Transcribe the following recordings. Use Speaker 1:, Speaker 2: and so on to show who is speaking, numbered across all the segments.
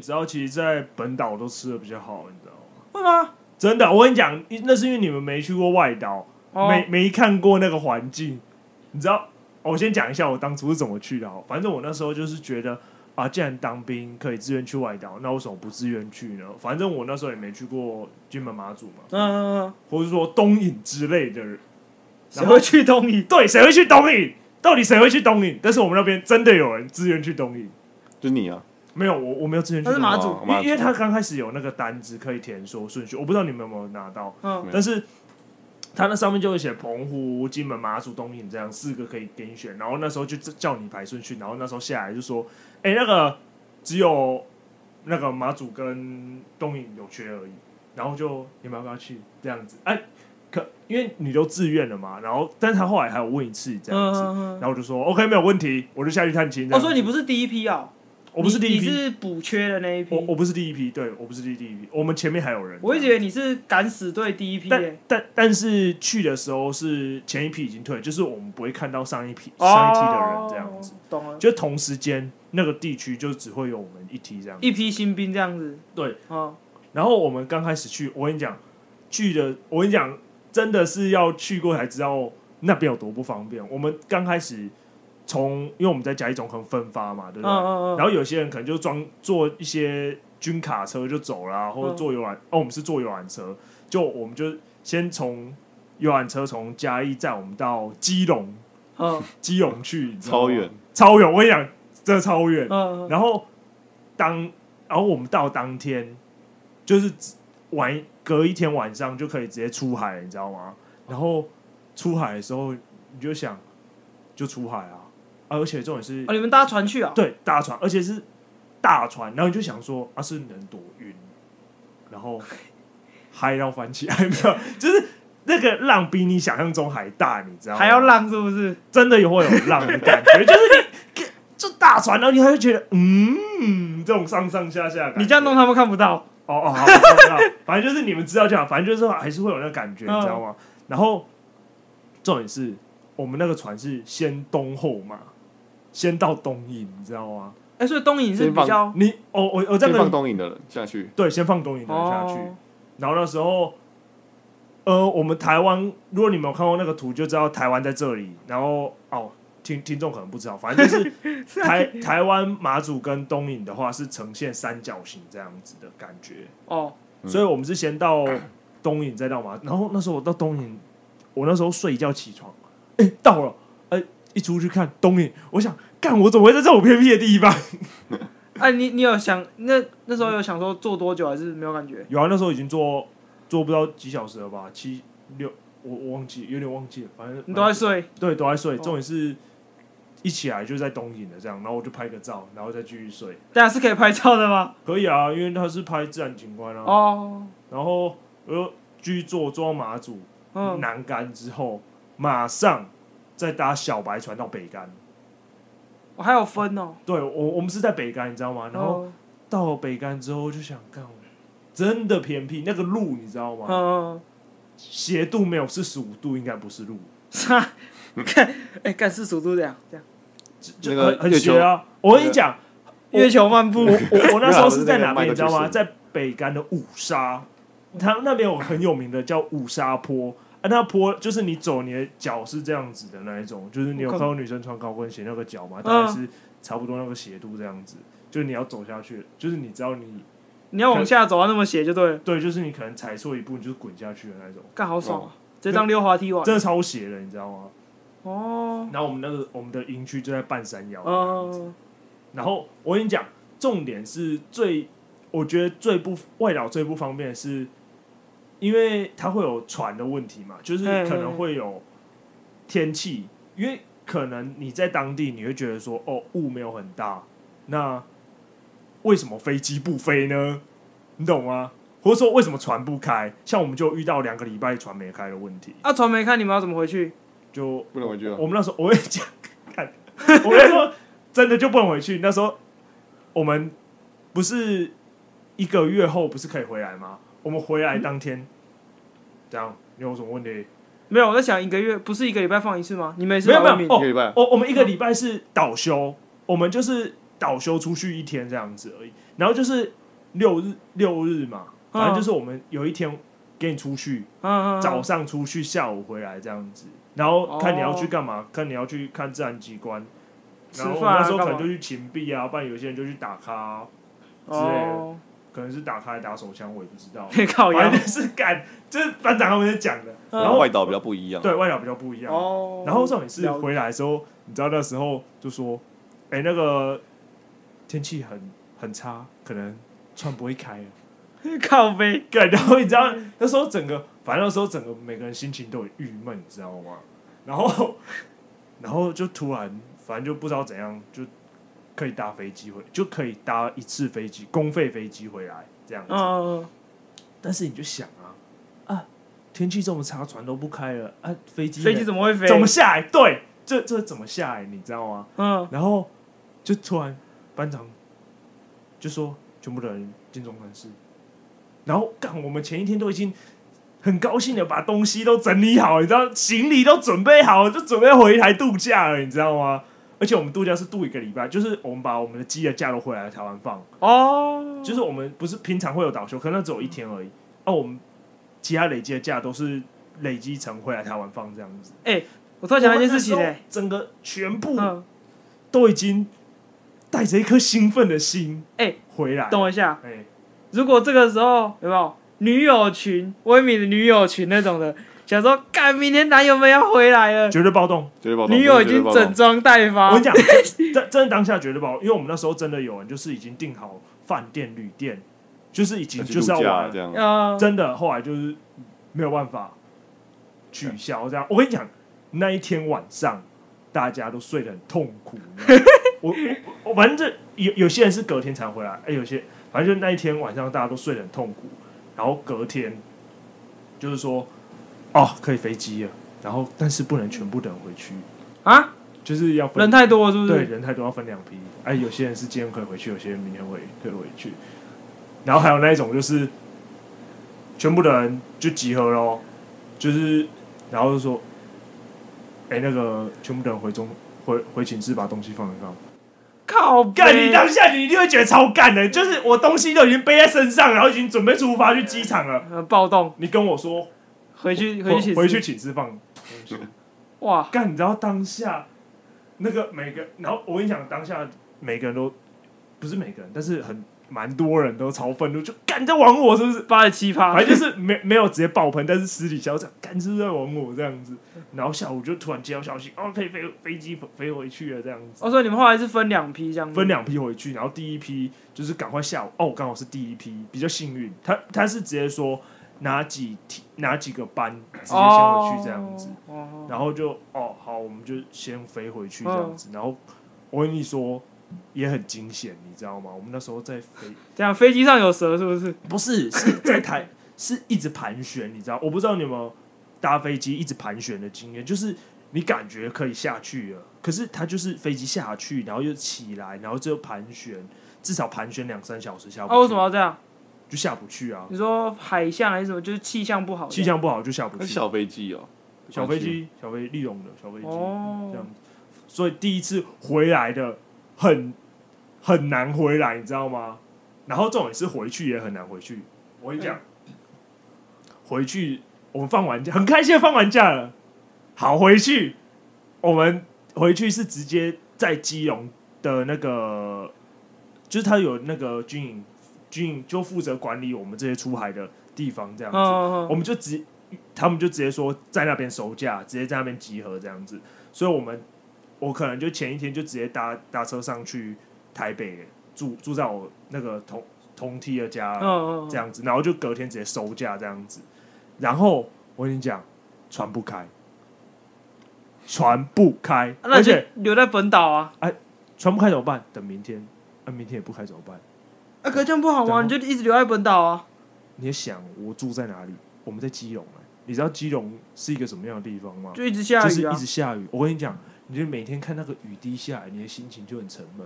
Speaker 1: 知道其实，在本岛都吃的比较好，你知道吗？
Speaker 2: 会吗？
Speaker 1: 真的，我跟你讲，那是因为你们没去过外岛，
Speaker 2: 哦
Speaker 1: 没没看过那个环境，你知道？哦我先讲一下我当初是怎么去的哦。反正我那时候就是觉得啊，既然当兵可以自愿去外岛，那为什么不自愿去呢？反正我那时候也没去过金门、马祖嘛，
Speaker 2: 嗯嗯，嗯
Speaker 1: 或者说东引之类的。
Speaker 2: 谁会去东影？
Speaker 1: 对，谁会去东引？到底谁会去东引？但是我们那边真的有人自愿去东引，
Speaker 3: 就你啊，
Speaker 1: 没有我我没有自愿去
Speaker 2: 他
Speaker 1: 东
Speaker 2: 是
Speaker 1: 引。
Speaker 2: 马
Speaker 3: 哦
Speaker 2: 祖，
Speaker 1: 因为因为他刚开始有那个单子可以填说顺序，我不知道你们有没有拿到，
Speaker 2: 嗯，
Speaker 1: 但是他那上面就会写澎湖、金门、马祖、东引这样四个可以给你选，然后那时候就叫你排顺序，然后那时候下来就说，哎、那个只有那个马祖跟东引有缺而已，然后就你们要不要去这样子？哎、可因为你都自愿了嘛，然后但是他后来还有问一次这样
Speaker 2: 嗯
Speaker 1: 子，
Speaker 2: 嗯
Speaker 1: 然后我就说 OK 没有问题，我就下去探亲这
Speaker 2: 嗯，哦，
Speaker 1: 样子。
Speaker 2: 所以你不是第一批啊？
Speaker 1: 我不是第一
Speaker 2: 你你
Speaker 1: 批。
Speaker 2: 是补缺的那一批
Speaker 1: 我。我不是第一批，对我不是第第一批，我们前面还有人。
Speaker 2: 我一直以为你是敢死队第一批
Speaker 1: 但
Speaker 2: 耶。
Speaker 1: 但但是去的时候是前一批已经退，就是我们不会看到上一批、
Speaker 2: 哦
Speaker 1: 上一梯的人这样子，，
Speaker 2: 懂了，
Speaker 1: 就同时间那个地区就只会有我们一梯这样。
Speaker 2: 一批新兵这样子。
Speaker 1: 对，
Speaker 2: 哦，
Speaker 1: 然后我们刚开始去，我跟你讲，去的我跟你讲，真的是要去过才知道那边有多不方便。我们刚开始从因为我们在甲一总很分发嘛，对
Speaker 2: 嗯
Speaker 1: 不对？
Speaker 2: 嗯嗯，
Speaker 1: 然后有些人可能就装坐一些军卡车就走啦、或者
Speaker 2: 嗯
Speaker 1: 坐游览、哦，我们是坐游览车，就我们就先从游览车从嘉义载我们到基隆，
Speaker 2: 嗯
Speaker 1: 基隆去，你知道吗
Speaker 3: 超远，
Speaker 1: 超远，我跟你讲，真的超远。
Speaker 2: 嗯嗯，
Speaker 1: 然后当然后我们到当天，就是晚隔一天晚上就可以直接出海，你知道吗？然后出海的时候，你就想就出海啊，啊而且重点是
Speaker 2: 哦，你们搭船去啊？
Speaker 1: 对，大船，而且是大船，然后你就想说啊，是能多晕，然 后嗨到翻起来 没有？就是那个浪比你想象中还大，你知道吗？
Speaker 2: 还要，浪是不是？
Speaker 1: 真的有会有浪的感觉，就是你就大船，然后你还会觉得嗯，这种上上下下的感觉，
Speaker 2: 你这样弄他们看不到。
Speaker 1: 哦哦，好，我知道，反正就是你们知道就好，反正就是还是会有那个感觉，
Speaker 2: 嗯
Speaker 1: 你知道吗？然后重点是我们那个船是先东后嘛，先到东引，你知道吗？
Speaker 2: 哎，所以东影是
Speaker 3: 先放
Speaker 2: 比较
Speaker 1: 你哦，我我这
Speaker 3: 先放
Speaker 1: 个
Speaker 3: 东影的人下去，
Speaker 1: 对，先放东影的人下去。
Speaker 2: 哦，
Speaker 1: 然后那时候，呃，我们台湾，如果你们有看过那个图，就知道台湾在这里。然后哦，听听众可能不知道，反正就是台台湾马祖跟东引的话是呈现三角形这样子的感觉。
Speaker 2: 哦，
Speaker 3: 嗯
Speaker 1: 所以我们是先到东引，再到马。然后那时候我到东引，我那时候睡一觉起床，哎、到了，哎、一出去看东引，我想，干，我怎么会在这种偏僻的地方？
Speaker 2: 哎，你你有想那那时候有想说坐多久还是没有感觉？
Speaker 1: 有啊，那时候已经做做不到几小时了吧，七六，我我忘记，有点忘记了，反正
Speaker 2: 你都在
Speaker 1: 反
Speaker 2: 睡，
Speaker 1: 正对都在睡，
Speaker 2: 哦
Speaker 1: 重点是。一起来就在东影的这样，然后我就拍个照，然后再继续睡。
Speaker 2: 大家是可以拍照的吗？
Speaker 1: 可以啊，因为他是拍自然景观啊。
Speaker 2: 哦，
Speaker 1: 然后我又继续坐坐到马祖、
Speaker 2: 嗯，
Speaker 1: 南竿之后，马上再搭小白船到北竿。
Speaker 2: 我还有分哦。
Speaker 1: 对我我们是在北竿，你知道吗？然后
Speaker 2: 哦，
Speaker 1: 到了北竿之后就想干，真的偏僻，那个路你知道吗？
Speaker 2: 嗯嗯，
Speaker 1: 斜度没有四十五度，应该不是路，
Speaker 2: 啥？看，哎，干四十度这样这样，
Speaker 1: 就
Speaker 3: 那个
Speaker 1: 很很
Speaker 3: 月球
Speaker 1: 斜啊！我跟你讲，我
Speaker 2: 月球漫步
Speaker 1: 我。我我那时候是在
Speaker 3: 那个
Speaker 1: 哪边，你知道
Speaker 3: 麦克
Speaker 1: 吗？
Speaker 3: 逊
Speaker 1: 在北干的五沙，它那边有很有名的叫五沙坡。啊，那坡就是你走，你的脚是这样子的那一种，就是你有
Speaker 2: 我
Speaker 1: 看
Speaker 2: 看
Speaker 1: 到女生穿高跟鞋那个脚嘛，
Speaker 2: 嗯
Speaker 1: 大概是差不多那个斜度这样子，就是你要走下去，就是你知道你
Speaker 2: 你要往下走啊，那么斜就对了，
Speaker 1: 对，就是你可能踩错一步，你就滚下去的那种，
Speaker 2: 干好爽啊！这张溜滑梯玩
Speaker 1: 真的超斜的，你知道吗？
Speaker 2: 哦，
Speaker 1: 然后我们那个我们的营区就在半山腰，
Speaker 3: 哦
Speaker 2: 嗯，
Speaker 1: 然后我跟你讲，重点是最，我觉得最不外岛最不方便的是，因为它会有船的问题嘛，就是
Speaker 2: 嘿嘿
Speaker 1: 可能会有天气，因为可能你在当地你会觉得说，哦，雾没有很大，那为什么飞机不飞呢？你懂吗？或者说为什么船不开？像我们就遇到两个礼拜船没开的问题，
Speaker 2: 啊，船没看，你们要怎么回去？
Speaker 1: 就
Speaker 3: 不能回去啊。
Speaker 1: 我们那时候我也讲，看，我那时候真的就不能回去。那时候我们不是一个月后不是可以回来吗？我们回来当天，这样你有什么问题？
Speaker 2: 没有，我在想一个月不是一个礼拜放一次吗？你们也是
Speaker 1: 没有
Speaker 2: 劳
Speaker 1: 没
Speaker 2: 民
Speaker 1: 有，哦
Speaker 3: 一个礼拜
Speaker 1: 我我们一个礼拜是倒休，我们就是倒休出去一天这样子而已。然后就是六日六日嘛，反正就是我们有一天给你出去，
Speaker 2: 嗯嗯，
Speaker 1: 早上出去，下午回来这样子，然后看你要去干嘛，看你要去看自然机关，
Speaker 2: 哦吃
Speaker 1: 然后
Speaker 2: 饭
Speaker 1: 那
Speaker 2: 啊
Speaker 1: 时候可能
Speaker 2: 干嘛
Speaker 1: 就去秦壁啊，不然有些人就去打卡啊、
Speaker 2: 哦，。
Speaker 1: 可能是打卡还是打手枪，我也不知道
Speaker 2: 靠腰
Speaker 1: 反正就是干，就是班长他们在讲的，
Speaker 2: 嗯
Speaker 1: 然
Speaker 3: 然后
Speaker 1: 后
Speaker 3: 外岛比较不一样，
Speaker 1: 对外表比较不一样。
Speaker 2: 哦，
Speaker 1: 然后重点是
Speaker 2: 了
Speaker 1: 回来的时候，你知道那时候就说，哎、那个天气很很差，可能船不会开了。
Speaker 2: 靠背，
Speaker 1: 对，然后你知道
Speaker 2: 嗯
Speaker 1: 那时候整个，反正那时候整个每个人心情都很郁闷，你知道吗？然后，然后就突然，反正就不知道怎样，就可以搭飞机回，就可以搭一次飞机，公费飞机回来这样子。
Speaker 2: 嗯嗯
Speaker 1: 但是你就想啊，啊，天气这么差，船都不开了，啊，飞机
Speaker 2: 嗯，飞机怎么会飞？
Speaker 1: 怎么下来？对，这这怎么下来？你知道吗？
Speaker 2: 嗯，
Speaker 1: 然后就突然班长就说全部的人进中山室，然后干我们前一天都已经很高兴的把东西都整理好，你知道行李都准备好了，就准备回台度假了，你知道吗？而且我们度假是度一个礼拜，就是我们把我们的鸡的假都回来台湾放，
Speaker 2: 哦，
Speaker 1: 就是我们不是平常会有导休，可能那只有一天而已。啊，我们其他累积的假都是累积成回来台湾放这样子。
Speaker 2: 我突然想到一件事情
Speaker 1: 我们那
Speaker 2: 嘞
Speaker 1: 时候，整个全部
Speaker 2: 嗯，
Speaker 1: 都已经带着一颗兴奋的心，
Speaker 2: 哎
Speaker 1: 回来。
Speaker 2: 等我一下，
Speaker 1: 哎，
Speaker 2: 如果这个时候有没有女友群，威米的女友群那种的，想说干明天男友们要回来了，
Speaker 1: 绝对暴动！
Speaker 3: 绝对暴动，
Speaker 2: 女友已
Speaker 3: 绝对
Speaker 2: 经
Speaker 3: 暴动
Speaker 2: 整装待
Speaker 1: 我
Speaker 2: 发
Speaker 1: 跟你，讲，真真真的当下绝对暴动，因为我们那时候真的有人就是已经订好饭店、旅店，就是已经
Speaker 3: 要去
Speaker 1: 就是要
Speaker 3: 度假
Speaker 1: 玩
Speaker 3: 这，样，
Speaker 2: 嗯，
Speaker 1: 真的后来就是没有办法取消这样。我跟你讲，那一天晚上大家都睡得很痛苦。你知道吗我我我反正这有有些人是隔天才回来，哎、有些反正就那一天晚上大家都睡得很痛苦，然后隔天就是说哦可以飞机了，然后但是不能全部的人回去，
Speaker 2: 啊，
Speaker 1: 就是要分
Speaker 2: 人太多了是不
Speaker 1: 对
Speaker 2: 是？
Speaker 1: 人太多要分两批，哎、有些人是今天可以回去，有些人明天回可以回去，然后还有那一种就是全部的人就集合咯，就是然后就说，哎、那个全部的人回中回回寝室把东西放一放，
Speaker 2: 靠
Speaker 1: 干你
Speaker 2: 背，
Speaker 1: 当下你一定会觉得超干的，就是我东西都已经背在身上，然后已经准备出发去机场了，
Speaker 2: 呃暴动，
Speaker 1: 你跟我说
Speaker 2: 回去
Speaker 1: 回
Speaker 2: 回去寝室
Speaker 1: 回去寝室放东西。
Speaker 2: 哇，
Speaker 1: 干，你知道当下那个每个，然后我跟你讲，当下每个人都不是每个人，但是很蛮多人都超愤怒，就干你在玩我是不是？
Speaker 2: 八十七趴
Speaker 1: 反，正就是 没没有直接爆喷，但是私底下这样干是不是在玩我这样子。然后下午就突然接到消息，哦，可以飞飞机飞飞回去了这样子，
Speaker 2: 我哦说你们后来是分两批这样子，
Speaker 1: 分两批回去。然后第一批就是赶快下午，哦，我刚好是第一批，比较幸运。他他是直接说哪几梯哪几个班直接先回去这样子。
Speaker 2: 哦，哦
Speaker 1: 然后就哦好，我们就先飞回去这样
Speaker 2: 嗯
Speaker 1: 子。然后我跟你说，也很惊险，你知道吗？我们那时候在飞，
Speaker 2: 这样飞机上有蛇是不是？
Speaker 1: 不是是在台， 是一直盘旋，你知道？我不知道你有没有搭飞机一直盘旋的经验，就是你感觉可以下去了，可是它就是飞机下去，然后又起来，然后就盘旋，至少盘旋两三小时下不去。
Speaker 2: 啊，为什么要这嗯样？
Speaker 1: 就下不去啊？
Speaker 2: 你说海象还是什么？就是气象不好，
Speaker 1: 气象不好就下不
Speaker 3: 那
Speaker 1: 去。
Speaker 3: 是小飞机哦，
Speaker 1: 小飞机，小飞利用的小飞机。
Speaker 2: 哦
Speaker 1: 这，样子。所以第一次回来的很很难回来，你知道吗？然后重点是回去也很难回去。我跟你讲，回去我们放完假，很开心地放完假了。好，回去我们回去是直接在基隆的那个，就是他有那个军营，军营就负责管理我们这些出海的地方，这样
Speaker 2: 嗯
Speaker 1: 子。
Speaker 2: 嗯
Speaker 1: 我
Speaker 2: 嗯，
Speaker 1: 们就直，他们就直接说在那边收假，直接在那边集合这样子。所以我们我可能就前一天就直接搭搭车上去台北住住在我那个同同梯的家
Speaker 2: 嗯嗯，
Speaker 1: 这样子，然后就隔天直接收假这样子。然后我跟你讲，船不开，船不开，
Speaker 2: 啊，那
Speaker 1: 而
Speaker 2: 你就
Speaker 1: 且
Speaker 2: 留在本岛啊。
Speaker 1: 船不开怎么办？等明天，啊，明天也不开怎么办？
Speaker 2: 啊，可这样不好吗？
Speaker 1: 对
Speaker 2: 你就一直留在本岛啊。
Speaker 1: 你也想我住在哪里？我们在基隆、欸，你知道基隆是一个什么样的地方吗？
Speaker 2: 就一直下
Speaker 1: 哦就是
Speaker 2: 雨啊
Speaker 1: 一。直下雨。我跟你讲，你就每天看那个雨滴下来，你的心情就很沉闷，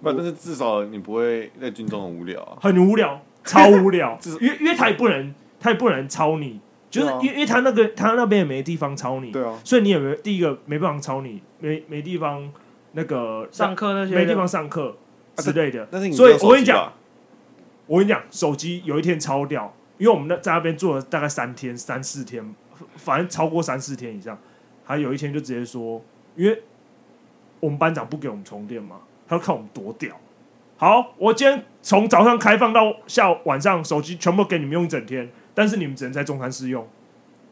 Speaker 3: 不，但是至少你不会在军中很无聊啊。
Speaker 1: 很无聊，超无聊
Speaker 3: 这是。
Speaker 1: 因为因为他也不能，他也不能抄你，就是
Speaker 3: 对啊
Speaker 1: 因为因为他那个他那边也没地方抄你，
Speaker 3: 对啊，
Speaker 1: 所以你也没第一个没办法抄你，没没地方那个
Speaker 2: 上课那些的
Speaker 1: 没地方上课，之类的。
Speaker 3: 啊但是你
Speaker 1: 所以
Speaker 3: 没有手机啊
Speaker 1: 我跟你讲
Speaker 3: 吧，，
Speaker 1: 我跟你讲，手机有一天超掉，因为我们那在那边坐了大概三天、三四天，反正超过三四天以上。还有一天就直接说，因为我们班长不给我们充电嘛，他就看我们多屌。好，我今天从早上开放到下午晚上，手机全部给你们用一整天，但是你们只能在中餐室用，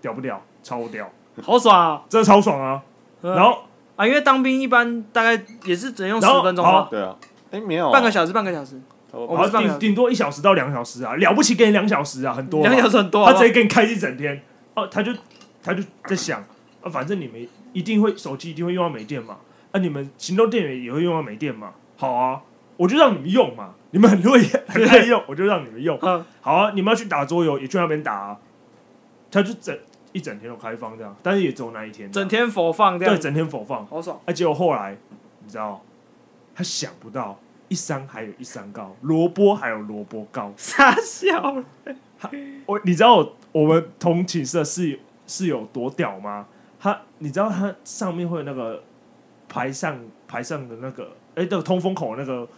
Speaker 1: 屌不屌？超屌，
Speaker 2: 好爽啊！
Speaker 1: 真的超爽啊！
Speaker 2: 然
Speaker 1: 然后
Speaker 2: 啊，因为当兵一般大概也是只能用十
Speaker 1: 然后
Speaker 2: 分钟吧，
Speaker 3: 对啊，哎没有啊
Speaker 2: 半个小时，半个小时，
Speaker 3: 差不
Speaker 2: 我
Speaker 3: 多
Speaker 1: 好
Speaker 2: 们
Speaker 3: 半
Speaker 2: 是半个小
Speaker 1: 顶
Speaker 2: 时
Speaker 1: 顶多一小时到两小时啊，了不起给你两小时啊，很多啊
Speaker 2: 两小时很多好
Speaker 1: 他
Speaker 2: 不
Speaker 1: 直
Speaker 2: 好。
Speaker 1: 接给你开机整天。哦，他就他就在想，啊，反正你们一定会手机一定会用到没电嘛，啊，你们行动电源也会用到没电嘛，好啊，我就让你们用嘛，你们很会很爱用，我就让你们用，
Speaker 2: 嗯，
Speaker 1: 好啊，你们要去打桌游也去那边打、啊，他就整一整天都开放这样，但是也只有那一天啊，
Speaker 2: 整天佛放这
Speaker 1: 对
Speaker 2: 样，
Speaker 1: 整天否放，
Speaker 2: 好爽。
Speaker 1: 啊，结果后来你知道，他想不到一山还有一山高，萝卜还有萝卜高，
Speaker 2: 傻笑了，
Speaker 1: 我你知道我我们同寝室的室友室友多屌吗？他你知道他上面会有那个排上排上的那个哎、那个通风口那个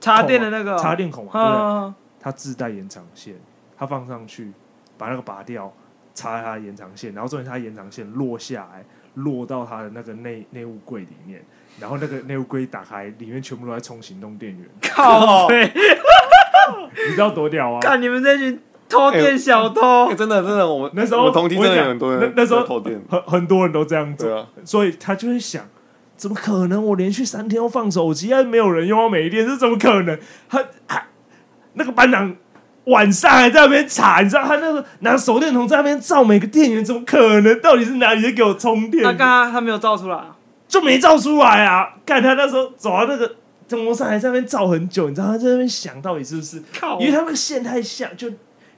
Speaker 2: 插电的那个
Speaker 1: 插电孔嘛，对不对？
Speaker 2: 嗯，
Speaker 1: 他自带延长线，他放上去把那个拔掉，插在他的延长线，然后重点是他延长线落下来，落到他的那个内内务柜里面，然后那个内务柜打开，里面全部都在充行动电源，
Speaker 2: 靠背，
Speaker 1: 你知道多屌啊！
Speaker 2: 看你们这群偷电小
Speaker 3: 哎
Speaker 2: 偷，
Speaker 3: 真的真的，我们
Speaker 1: 那时候
Speaker 3: 我们同梯真
Speaker 1: 我
Speaker 3: 的
Speaker 1: 跟你
Speaker 3: 有很多
Speaker 1: 讲
Speaker 3: 人
Speaker 1: 那那时候
Speaker 3: 在偷电，
Speaker 1: 很很多人都这样做
Speaker 3: 对，啊，
Speaker 1: 所以他就会想，怎么可能？我连续三天都放手机，还没有人用到每一天，这怎么可能？他啊，那个班长晚上还在那边查，你知道他那个拿手电筒在那边照每个电源，怎么可能？到底是哪里在给我充电？
Speaker 2: 他刚刚他没有照出来啊，
Speaker 1: 就没照出来啊！看他那时候走到那个灯光上，还在那边照很久，你知道他在那边想到底是不是？
Speaker 2: 靠
Speaker 1: 因，为他那个线太像，就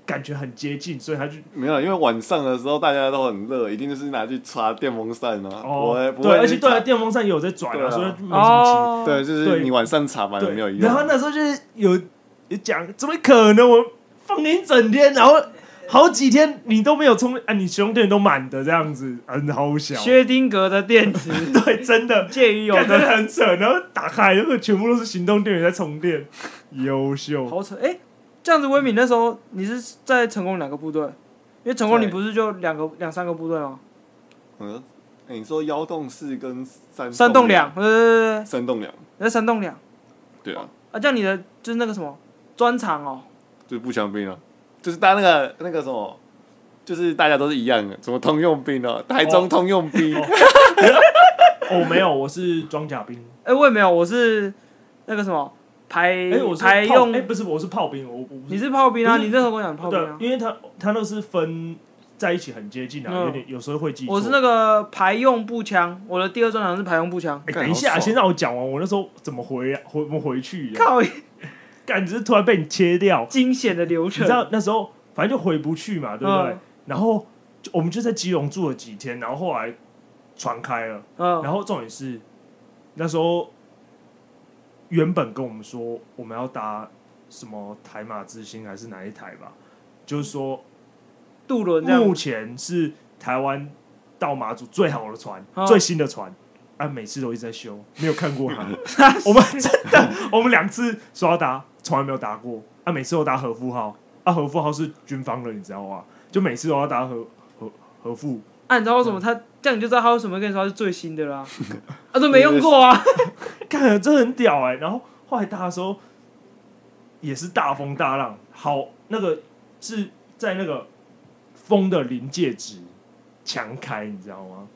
Speaker 1: 感觉很接近，所以他就
Speaker 3: 没有，因为晚上的时候大家都很热，一定就是拿去插电风扇啊，不会
Speaker 1: 哦，
Speaker 3: 不
Speaker 1: 对，
Speaker 3: 会
Speaker 1: 而且
Speaker 3: 去插，
Speaker 1: 对啊电风扇也有在转
Speaker 3: 对
Speaker 1: 啊，
Speaker 3: 啊
Speaker 1: 所以没什么机会。
Speaker 2: 哦，
Speaker 3: 对，就是
Speaker 1: 对
Speaker 3: 你晚上插满了
Speaker 1: 对，
Speaker 3: 没有用，
Speaker 1: 然后那时候就是有有讲，怎么可能？我放你一整天，然后好几天你都没有充啊，你使用电源都满的这样子，很好笑。
Speaker 2: 薛丁格的 电池
Speaker 1: 对，真的，
Speaker 2: 介于有
Speaker 1: 干真的
Speaker 2: 的，
Speaker 1: 很扯。然后打开，那个全部都是行动电源在充电，优秀。
Speaker 2: 好扯。哎，这样子，威敏那时候你是在成功哪个部队？因为成功你
Speaker 3: 在
Speaker 2: 不是就两个两三个部队哦吗？
Speaker 3: 嗯，哎你说幺洞四跟三
Speaker 2: 山洞
Speaker 1: 啊
Speaker 2: 两，，对对对对，
Speaker 3: 三洞两，
Speaker 2: 那山洞两
Speaker 3: 对啊，
Speaker 2: 啊，叫你的就是那个什么专长哦，
Speaker 3: 就是步枪兵啊，就是大家那个那个什么，就是大家都是一样的，什么通用兵啊，台中通用 兵，
Speaker 1: 哦，没有，我是装甲兵，
Speaker 2: 哎，我也没有，我是那个什么排
Speaker 1: 哎，我是炮
Speaker 2: 排用
Speaker 1: 哎，，不是，我是炮兵，我我不
Speaker 2: 你是炮兵啊？
Speaker 1: 不是
Speaker 2: 你那时候跟我讲炮兵啊
Speaker 1: 对，？因为他他那个是分在一起很接近啊，
Speaker 2: 嗯
Speaker 1: 有点有时候会记错。
Speaker 2: 我是那个排用步枪，我的第二专长是排用步枪。
Speaker 1: 哎
Speaker 3: 干
Speaker 1: 等一
Speaker 3: 好
Speaker 1: 下，
Speaker 3: 爽
Speaker 1: 先让我讲完。我那时候怎么回啊 回不回去的？
Speaker 2: 靠，
Speaker 1: 干，只是突然被你切掉。
Speaker 2: 惊险的流
Speaker 1: 你
Speaker 2: 程
Speaker 1: 知，道那时候反正就回不去嘛，对不对？
Speaker 2: 嗯
Speaker 1: 然后就我们就在基隆住了几天，然后后来传开了，
Speaker 2: 嗯，
Speaker 1: 然后重点是那时候原本跟我们说我们要搭什么台马之星还是哪一台吧，就是说
Speaker 2: 渡轮这样，
Speaker 1: 目前是台湾到马祖最好的船，
Speaker 2: 嗯
Speaker 1: 最新的船。啊，每次都一直在修，没有看过 它。 我们真的，我们两次刷搭，从来没有搭过。啊，每次都搭和富号，啊，和富号是军方的，你知道吗？就每次都要搭和和和富，
Speaker 2: 啊，你知道为什么他这样你就知道他为什么跟你说他是最新的 啦，啊都没用过啊，
Speaker 1: 看，真的很屌哎、然后后来搭的时候也是大风大浪，好，那个是在那个风的临界值强开，你知道吗？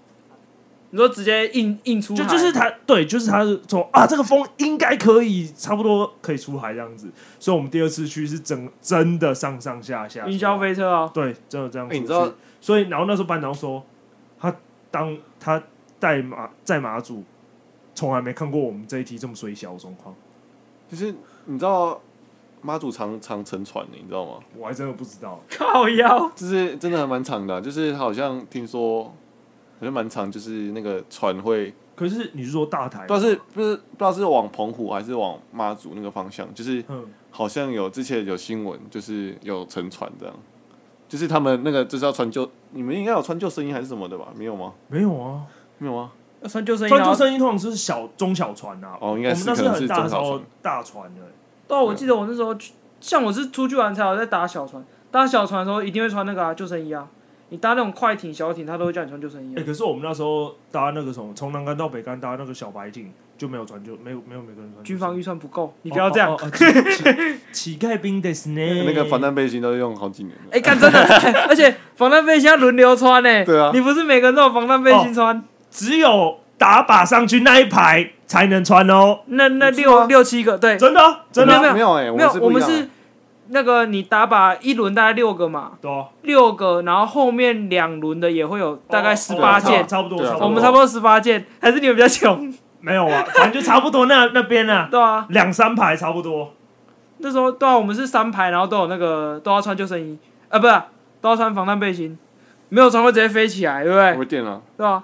Speaker 2: 你说直接印印出
Speaker 1: 就
Speaker 2: 海，
Speaker 1: 就是他，对，就是他是说啊，这个风应该可以，差不多可以出海这样子。所以我们第二次去是真真的上上下下
Speaker 2: 云霄，飞车啊，
Speaker 1: 对，真的这样出
Speaker 3: 哎
Speaker 1: 去、
Speaker 3: 你知道
Speaker 1: 所以然后那时候班长说，他当他带马在马祖，从来没看过我们这一题这么水小的状况，
Speaker 3: 就是你知道妈祖常常沉船的，你知道吗？
Speaker 1: 我还真的不知道。
Speaker 2: 靠腰，
Speaker 3: 就是真的还蛮长的啊、就是好像听说好像蛮长，就是那个船会
Speaker 1: 可是你是说大台
Speaker 3: 不知道是不是不知道是往澎湖还是往妈祖那个方向，就是
Speaker 1: 嗯，
Speaker 3: 好像有之前有新闻，就是有沉船这样，就是他们那个就是要穿救，你们应该有穿救生衣还是什么的吧？没有吗？
Speaker 1: 没有啊，
Speaker 3: 没有吗？
Speaker 2: 要穿救生衣，
Speaker 1: 穿
Speaker 2: 然
Speaker 1: 救
Speaker 2: 后
Speaker 1: 生衣通常是小中小船啊，
Speaker 3: 哦应该
Speaker 1: 我
Speaker 3: 是
Speaker 1: 们那时候
Speaker 3: 可能是
Speaker 1: 很大的时
Speaker 3: 中小
Speaker 1: 候
Speaker 3: 船
Speaker 1: 大船的、
Speaker 2: 对啊，我记得我那时候去，像我是出去玩才有在搭小船，搭小船的时候一定会穿那个啊救生衣啊。你搭那种快艇、小艇，他都会叫你穿救生衣、
Speaker 1: 哎、
Speaker 2: 啊。
Speaker 1: 可是我们那时候搭那个什么，从南竿到北竿搭那个小白艇，就没有船就没有没有每个人穿。
Speaker 2: 军方预哦算不够，你
Speaker 1: 你
Speaker 2: 不要这样。
Speaker 1: 乞丐兵的是呢，
Speaker 3: 那个防弹背心都用好几年了。
Speaker 2: 哎，干真 的，而且防弹背心要轮流穿呢、
Speaker 3: 对啊
Speaker 2: 你不是每个人都有防弹背心穿？
Speaker 1: 只有打靶上去那一排才能穿哦，
Speaker 2: 那那
Speaker 3: 你说啊
Speaker 2: 六六七个，对，
Speaker 1: 真的哦真的
Speaker 2: 没
Speaker 1: 哦
Speaker 2: 有
Speaker 3: 没有哎，
Speaker 2: 没有，我们
Speaker 3: 不一样
Speaker 2: 是那个你打靶一轮大概六个嘛，
Speaker 1: 对哦，
Speaker 2: 六个，然后后面两轮的也会有大概
Speaker 1: 哦
Speaker 2: 十
Speaker 1: 哦
Speaker 2: 八
Speaker 1: 差
Speaker 2: 件，
Speaker 1: 差不多，
Speaker 3: 对啊
Speaker 1: 不多
Speaker 2: 我们差不多十八件，还是你们比较穷？
Speaker 1: 没有啊，反正就差不多那 那边啊，
Speaker 2: 对啊，
Speaker 1: 两三排差不多。
Speaker 2: 那时候对啊，我们是三排，然后都有那个都要穿救生衣，啊，不是啊都要穿防弹背心，没有穿会直接飞起来，对不
Speaker 3: 不
Speaker 2: 对？
Speaker 3: 会电啊，
Speaker 2: 对啊，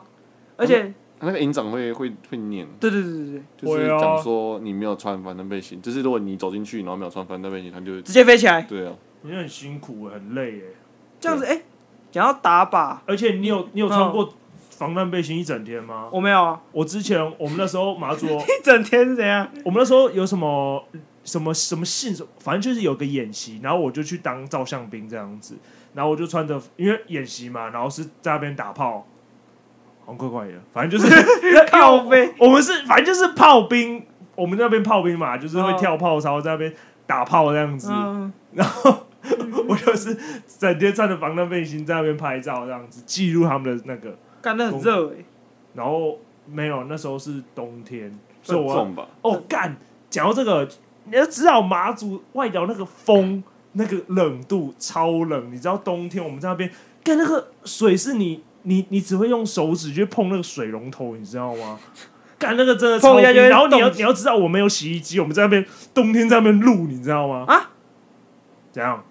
Speaker 2: 而且
Speaker 3: 那个营长会会会念，
Speaker 2: 对对对对对，
Speaker 3: 就是
Speaker 1: 会啊
Speaker 3: 讲说你没有穿防弹背心，就是如果你走进去然后没有穿防弹背心，他就
Speaker 2: 直接飞起来，
Speaker 3: 对啊，
Speaker 1: 你很辛苦，欸很累耶，
Speaker 2: 这样子哎，讲到打靶，
Speaker 1: 而且你有你有穿过防弹背心一整天吗？
Speaker 2: 我没有啊，
Speaker 1: 我之前我们那时候马祖，
Speaker 2: 一整天是怎样？
Speaker 1: 我们那时候有什么什么什么信，反正就是有个演习，然后我就去当照相兵这样子，然后我就穿着，因为演习嘛，然后是在那边打炮，好像怪怪的，反正就是
Speaker 2: 靠背，
Speaker 1: 我们是反正就是炮兵，我们那边炮兵嘛，就是会
Speaker 2: 哦
Speaker 1: 跳炮操在那边打炮这样子，
Speaker 2: 嗯，
Speaker 1: 然后我就是整天穿着防弹背心在那边拍照，这样子记录他们的那个。
Speaker 2: 干得很热哎，
Speaker 1: 然后没有，那时候是冬天，所以我要
Speaker 3: 重吧，
Speaker 1: 哦干。讲到这个，你要知道马祖外岛那个风，那个冷度超冷。你知道冬天我们在那边干那个水是你你你只会用手指去碰那个水龙头，你知道吗？干那个真的超
Speaker 2: 碰一下
Speaker 1: 冰
Speaker 2: 就会
Speaker 1: 然后你要
Speaker 2: 冻
Speaker 1: 你要知道，我们有洗衣机，我们在那边冬天在那边录，你知道吗？
Speaker 2: 啊？
Speaker 1: 怎样？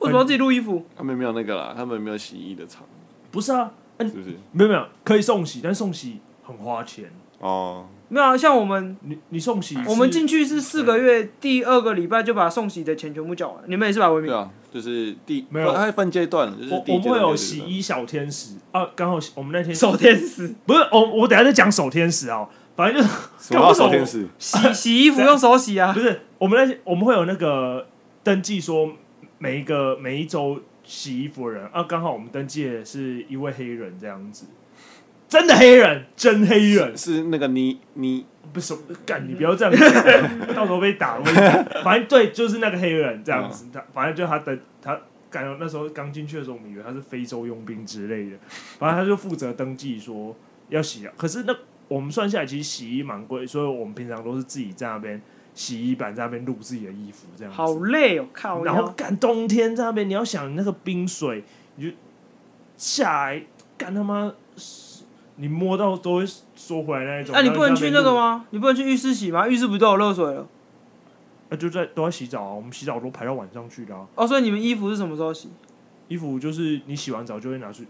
Speaker 2: 为什么要自己录衣服？
Speaker 1: 啊
Speaker 3: 他啊们没有那个啦，他们没有洗衣的厂，
Speaker 1: 不是啊，
Speaker 3: 是不是？
Speaker 1: 没有没有，可以送洗，但送洗很花钱。
Speaker 3: 哦，
Speaker 2: 没有啊，像我们
Speaker 1: 你你送洗是，
Speaker 2: 我们进去是四个月，第二个礼拜就把送洗的钱全部缴完。你们也是吧，维
Speaker 3: 对
Speaker 2: 明？
Speaker 3: 啊，就是第
Speaker 1: 没有
Speaker 3: 它会分阶段，就是
Speaker 1: 我
Speaker 3: 第
Speaker 1: 我
Speaker 3: 一
Speaker 1: 们
Speaker 3: 阶
Speaker 1: 会
Speaker 3: 段
Speaker 1: 有
Speaker 3: 第二阶
Speaker 1: 洗
Speaker 3: 段
Speaker 1: 衣小天使啊，刚好我们那天
Speaker 2: 守天使，
Speaker 1: 不是哦我我等下再讲守天使啊，反正就是
Speaker 3: 什么叫
Speaker 1: 干不懂
Speaker 3: 手天使？
Speaker 2: 洗洗衣服用手洗啊
Speaker 1: 不。是我们那些我们会有那个登记说每一个每一周洗衣服的人啊，刚好我们登记的是一位黑人这样子，真的黑人，真黑人，
Speaker 3: 是那个你你
Speaker 1: 不是，干你不要这样子， 到时候被打。我跟你讲反正对，就是那个黑人这样子，
Speaker 2: 嗯
Speaker 1: 他反正就他登他，感觉那时候刚进去的时候，我们以为他是非洲佣兵之类的，反正他就负责登记说要洗啊。可是那我们算下来，其实洗衣蛮贵，所以我们平常都是自己在那边洗衣板在那边录自己的衣服这样子。
Speaker 2: 好累哦，靠
Speaker 1: 然后
Speaker 2: 腰！
Speaker 1: 干冬天在那边，你要想那个冰水，你就下来干他妈，你摸到都会缩回来那一种。
Speaker 2: 那、你不能
Speaker 1: 然后
Speaker 2: 去
Speaker 1: 在
Speaker 2: 那
Speaker 1: 边录
Speaker 2: 个吗？你不能去浴室洗吗？浴室不都有热水了？
Speaker 1: 啊，就在都在洗澡啊，我们洗澡都排到晚上去的、啊，
Speaker 2: 哦，所以你们衣服是什么时候洗？
Speaker 1: 衣服就是你洗完澡就会拿去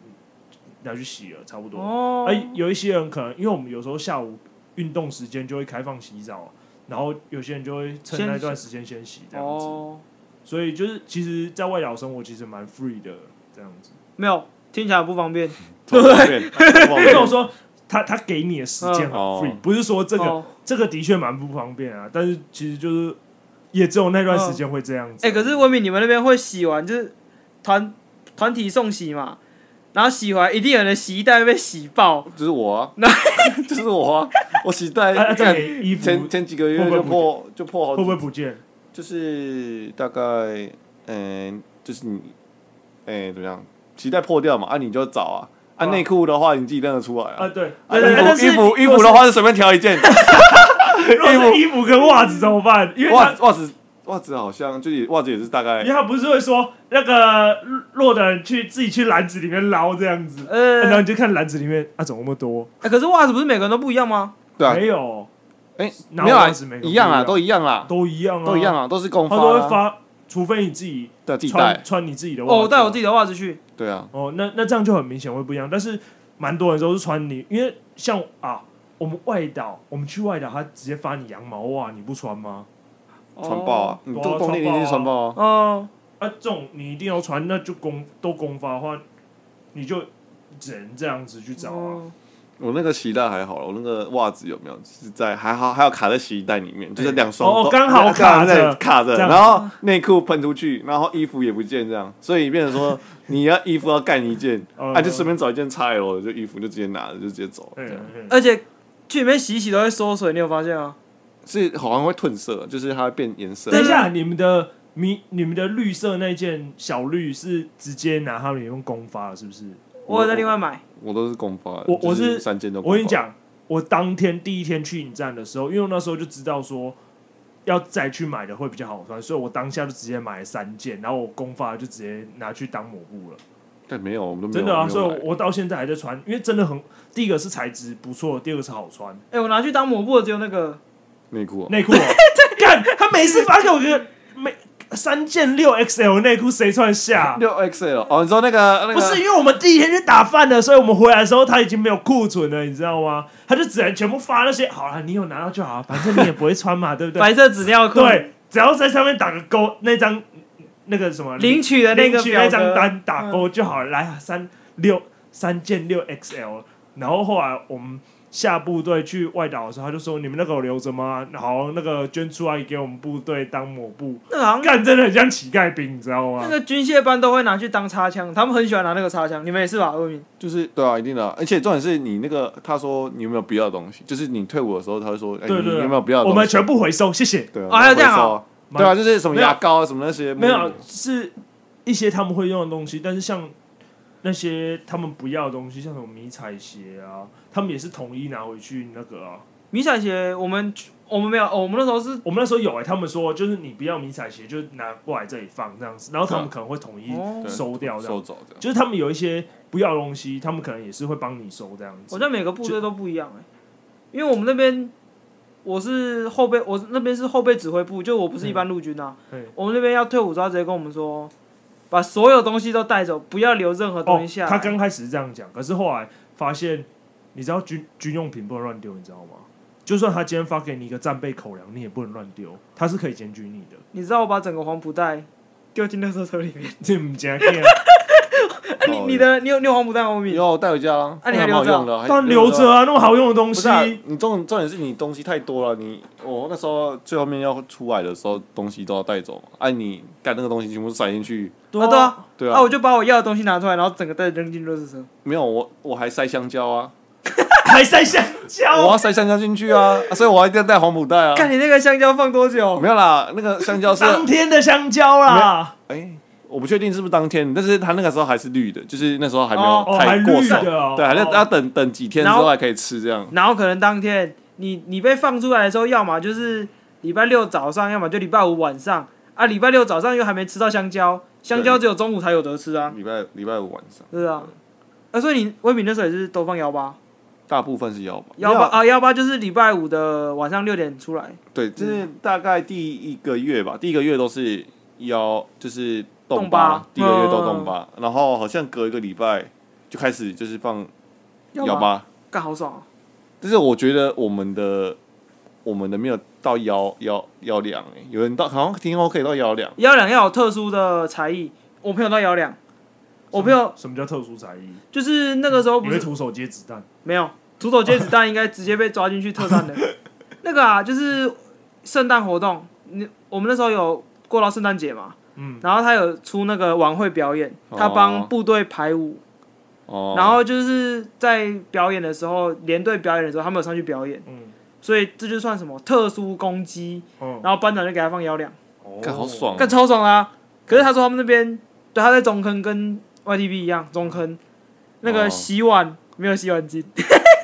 Speaker 1: 拿去洗了，差不多。
Speaker 2: 哦，
Speaker 1: 哎、有一些人可能因为我们有时候下午运动时间就会开放洗澡，啊然后有些人就会趁
Speaker 2: 先
Speaker 1: 那
Speaker 2: 洗
Speaker 1: 段时间先洗这样子，
Speaker 2: 哦，
Speaker 1: 所以就是其实，在外岛生活其实蛮 free 的这样子。
Speaker 2: 没有，听起来不方便。
Speaker 3: 对
Speaker 2: 哦
Speaker 1: 这种
Speaker 3: 对，
Speaker 1: 说他他给你的时间很
Speaker 3: 嗯哦
Speaker 1: free，、不是说这个、
Speaker 2: 哦
Speaker 1: 这个的确蛮不方便啊，但是其实就是也只有那段时间会这样子。
Speaker 2: 哎、可是温敏，你们那边会洗完就是团团体送洗嘛？然后洗完一定有人洗衣袋会被洗爆，
Speaker 3: 就是我啊， 就是我啊，我洗袋
Speaker 1: 啊，啊这
Speaker 3: 干
Speaker 1: 个衣服
Speaker 3: 前
Speaker 1: 会
Speaker 3: 前几个月
Speaker 1: 会不会
Speaker 3: 就
Speaker 1: 不
Speaker 3: 破就破好
Speaker 1: 不
Speaker 3: 几
Speaker 1: 会不见？
Speaker 3: 就是大概，嗯、就是你，哎、怎么样？脐带破掉嘛，啊，你就找啊，啊，
Speaker 1: 啊
Speaker 3: 内裤的话你自己认得出来
Speaker 1: 啊，
Speaker 3: 啊。
Speaker 1: 对，
Speaker 3: 啊
Speaker 1: 对对对但
Speaker 3: 衣服
Speaker 1: 是
Speaker 3: 衣服衣服的话是随便挑一 件，
Speaker 1: 如果是衣服跟袜子怎么办？因为他
Speaker 3: 袜子袜子袜子好像就是袜子也是大概
Speaker 1: 因为他不是会说那个落的人去自己去篮子里面捞这样子，
Speaker 2: 呃，
Speaker 1: 然后
Speaker 2: 哎
Speaker 1: 你就看篮子里面啊怎么那么多？
Speaker 2: 可是袜子不是每个人都不一样吗？
Speaker 3: 对啊，
Speaker 1: 没有，
Speaker 3: 哎
Speaker 1: 哪有
Speaker 3: 没有啊
Speaker 1: 袜子每，个不
Speaker 3: 一样
Speaker 1: 一
Speaker 3: 啊，
Speaker 1: 样
Speaker 3: 都一样啦，
Speaker 1: 都一样啊，
Speaker 3: 都一样，啊，都是公
Speaker 1: 他
Speaker 3: 发
Speaker 1: 都会
Speaker 3: 啊，
Speaker 1: 发，除非你自己
Speaker 3: 对啊，自己
Speaker 1: 穿
Speaker 3: 带，
Speaker 1: 穿你自己的袜子。啊
Speaker 2: 哦，我带我自己的袜子去。
Speaker 3: 对啊，
Speaker 1: 哦，那那这样就很明显会不一样。但是蛮多人都是穿你，因为像啊，我们外岛，我们去外岛，他直接发你羊毛袜，你不穿吗？
Speaker 3: 穿爆啊，你
Speaker 1: 对啊
Speaker 3: 冬冬天
Speaker 1: 穿爆啊
Speaker 3: 一定是穿爆啊，
Speaker 2: 哦！哦，
Speaker 1: 啊，这种你一定要穿，那就公都公发的话，你就只能这样子去找啊。
Speaker 2: 哦
Speaker 3: 我那个鞋带还好了，我那个袜子有没有是在还好，还有卡在鞋带里面，就是两双
Speaker 1: 哦
Speaker 3: 都
Speaker 1: 刚好卡
Speaker 3: 卡
Speaker 1: 着
Speaker 3: 在卡着，
Speaker 1: 这样
Speaker 3: 然后内裤喷出去，然后衣服也不见这样，所以变成说你要衣服要干 一件，
Speaker 1: 哦
Speaker 3: 啊就随便找一件 XL 的，就衣服就直接拿着就直接走，这样
Speaker 1: 嗯，嗯
Speaker 2: 而且去里面洗一洗都会缩水，你有发现吗？
Speaker 3: 是好像会褪色，就是它会变颜色
Speaker 1: 等。一下，你们的迷，你们的绿色那件小绿是直接拿他们用公发了，是不是？
Speaker 2: 我有在另外买，
Speaker 3: 我都是公发的，
Speaker 1: 我我
Speaker 3: 就是三件都公发。
Speaker 1: 我跟你讲，我当天第一天去影站的时候，因为我那时候就知道说要再去买的会比较好穿，所以我当下就直接买了三件，然后我公发就直接拿去当抹布了，
Speaker 3: 但没有，我们都没有
Speaker 1: 真的啊！
Speaker 3: 没
Speaker 1: 所
Speaker 3: 有
Speaker 1: 以
Speaker 3: 买
Speaker 1: 我到现在还在穿，因为真的很，第一个是材质不错，第二个是好穿，
Speaker 2: 哎、我拿去当抹布的只有那个，
Speaker 3: 内裤啊
Speaker 1: 内 裤哦干他每次发给我一个每三件六 XL 内裤谁穿得下？
Speaker 3: 六 XL 哦，你知道那个
Speaker 1: 啊
Speaker 3: 那个
Speaker 1: 不是因为我们第一天去打饭的，所以我们回来的时候他已经没有库存了，你知道吗？他就只能全部发那些好了，你有拿到就好，反正你也不会穿嘛，对 不对？
Speaker 2: 白色纸尿裤，，
Speaker 1: 对，只要在上面打个勾，那张那个什么
Speaker 2: 领取的那
Speaker 1: 领
Speaker 2: 个
Speaker 1: 取
Speaker 2: 表
Speaker 1: 那
Speaker 2: 格
Speaker 1: 张单打勾就好了。来啊，三六三件六 XL，然后后来我们。下部队去外岛的时候，他就说：“你们那个有留着吗？然后那个捐出来给我们部队当抹布，
Speaker 2: 那个好像
Speaker 1: 干真的很像乞丐兵，你知道吗
Speaker 3: 哎
Speaker 2: 那？”个军械班都会拿去当插枪，他们很喜欢拿那个插枪，你们也是吧，二明？
Speaker 3: 就是对啊，一定的啊、而且重点是你那个，他说你有没有不要的东西，就是你退伍的时候，他会说，
Speaker 1: 对
Speaker 3: 哎、
Speaker 1: 对
Speaker 3: 你
Speaker 1: 对
Speaker 3: 有没有不要的东西？
Speaker 1: 我们全部回收，谢谢。
Speaker 3: 对啊，
Speaker 2: 哦还有这样啊
Speaker 3: 回收啊，对啊，就是什么
Speaker 1: 没有
Speaker 3: 牙膏啊，什么那些
Speaker 1: 没有，是一些他们会用的东西，但是像那些他们不要的东西，像什么迷彩鞋啊，他们也是统一拿回去那个啊。
Speaker 2: 迷彩鞋，我们我们没有，哦我们那时候是
Speaker 1: 我们那时候有哎、他们说就是你不要迷彩鞋，就拿过来这里放这样子，然后他们可能会统一
Speaker 2: 哦
Speaker 3: 对，
Speaker 1: 收掉这
Speaker 3: 收
Speaker 1: 样，
Speaker 3: 走这样。
Speaker 1: 就是他们有一些不要的东西，他们可能也是会帮你收这样子。
Speaker 2: 我在每个部队都不一样哎、因为我们那边我是后备，我是那边是后备指挥部，就我不是一般陆军啊，
Speaker 1: 对
Speaker 2: 我们那边要退伍之后直接跟我们说，把所有东西都带走，不要留任何东
Speaker 1: 哦
Speaker 2: 西下，来。
Speaker 1: 他刚开始是这样讲，可是后来发现，你知道军军用品不能乱丢，你知道吗？就算他今天发给你一个战备口粮，你也不能乱丢，他是可以检举你的。
Speaker 2: 你知道我把整个黄埔袋丢进垃圾车里面。
Speaker 1: 这唔加见，
Speaker 2: 哎、
Speaker 1: 哦
Speaker 3: 哦
Speaker 2: 你你的你有你有黄埔袋吗？欧米
Speaker 3: 然后带回家啦，
Speaker 2: 啊你还
Speaker 3: 蛮好
Speaker 2: 留着啊
Speaker 3: 用的啊，还
Speaker 1: 当然留着
Speaker 3: 啊。
Speaker 1: 啊，那么好用的东
Speaker 3: 不
Speaker 1: 西
Speaker 3: 是、，啊，你重重点是你东西太多了，你我那时候最后面要出来的时候，东西都要带走嘛。哎、你干那个东西全部塞进去，
Speaker 1: 对啊
Speaker 2: 啊对啊，
Speaker 3: 对
Speaker 2: 我就把我要的东西拿出来，然后整个袋子扔进垃圾车。
Speaker 3: 没有我我还塞香蕉啊，
Speaker 1: 还塞香
Speaker 3: 我
Speaker 1: 蕉，
Speaker 3: 要塞香蕉进去啊，啊所以我一定要带黄埔袋啊。
Speaker 2: 看、你那个香蕉放多久？
Speaker 3: 没有啦，那个香蕉是啊
Speaker 1: 当天的香蕉啦，
Speaker 3: 哎、我不确定是不是当天，但是他那个时候还是绿的，就是那时候还没
Speaker 2: 哦
Speaker 3: 有
Speaker 1: 哦，还
Speaker 3: 太过
Speaker 1: 绿
Speaker 3: 熟，
Speaker 1: 的哦，
Speaker 3: 对，还在
Speaker 1: 哦
Speaker 3: 要等等几天之
Speaker 2: 然
Speaker 3: 后
Speaker 2: 后
Speaker 3: 还可以吃这样。
Speaker 2: 然后可能当天你你被放出来的时候，要么就是礼拜六早上，要么就礼拜五晚上啊。礼拜六早上又还没吃到香蕉，香蕉只有中午才有得吃啊，
Speaker 3: 礼拜礼拜五晚上，
Speaker 2: 对啊。啊，所以你威敏那时候也是都放幺八，
Speaker 3: 大部分是腰吧，
Speaker 2: 幺八啊，幺八就是礼拜五的晚上六点出来，
Speaker 3: 对，
Speaker 1: 嗯
Speaker 3: 就是大概第一个月吧，第一个月都是腰，就是
Speaker 2: 冻
Speaker 3: 疤
Speaker 2: 疤，
Speaker 3: 第一个月都冻疤，
Speaker 1: 嗯
Speaker 3: 然后好像隔一个礼拜就开始就是放腰
Speaker 2: 八
Speaker 3: 疤，
Speaker 2: 干好爽、啊。
Speaker 3: 但是我觉得我们的我们的没有到腰腰腰两、欸，有人到好像听说可以到腰两，
Speaker 2: 摇两要有特殊的才艺，我朋友到摇两，我朋友
Speaker 1: 什么叫特殊才艺？
Speaker 2: 就是那个时候
Speaker 1: 你
Speaker 2: 不
Speaker 1: 会
Speaker 2: 是
Speaker 1: 徒手接子弹，
Speaker 2: 没有徒手接子弹，应该直接被抓进去特战的。那个啊，就是圣诞活动，你我们那时候有过到圣诞节嘛，
Speaker 1: 嗯，
Speaker 2: 然后他有出那个晚会表演，他
Speaker 3: 哦
Speaker 2: 帮部队排舞，
Speaker 3: 哦，
Speaker 2: 然后就是在表演的时候，连队表演的时候，他们有上去表演，
Speaker 1: 嗯，
Speaker 2: 所以这就算什么特殊攻击，
Speaker 1: 哦，
Speaker 2: 然后班长就给他放摇两，
Speaker 3: 哦干好爽
Speaker 2: 干超爽啦、啊可是他说他们那边，对，他在中坑跟 YTB 一样，中坑那
Speaker 3: 哦
Speaker 2: 个洗碗、没有洗碗机，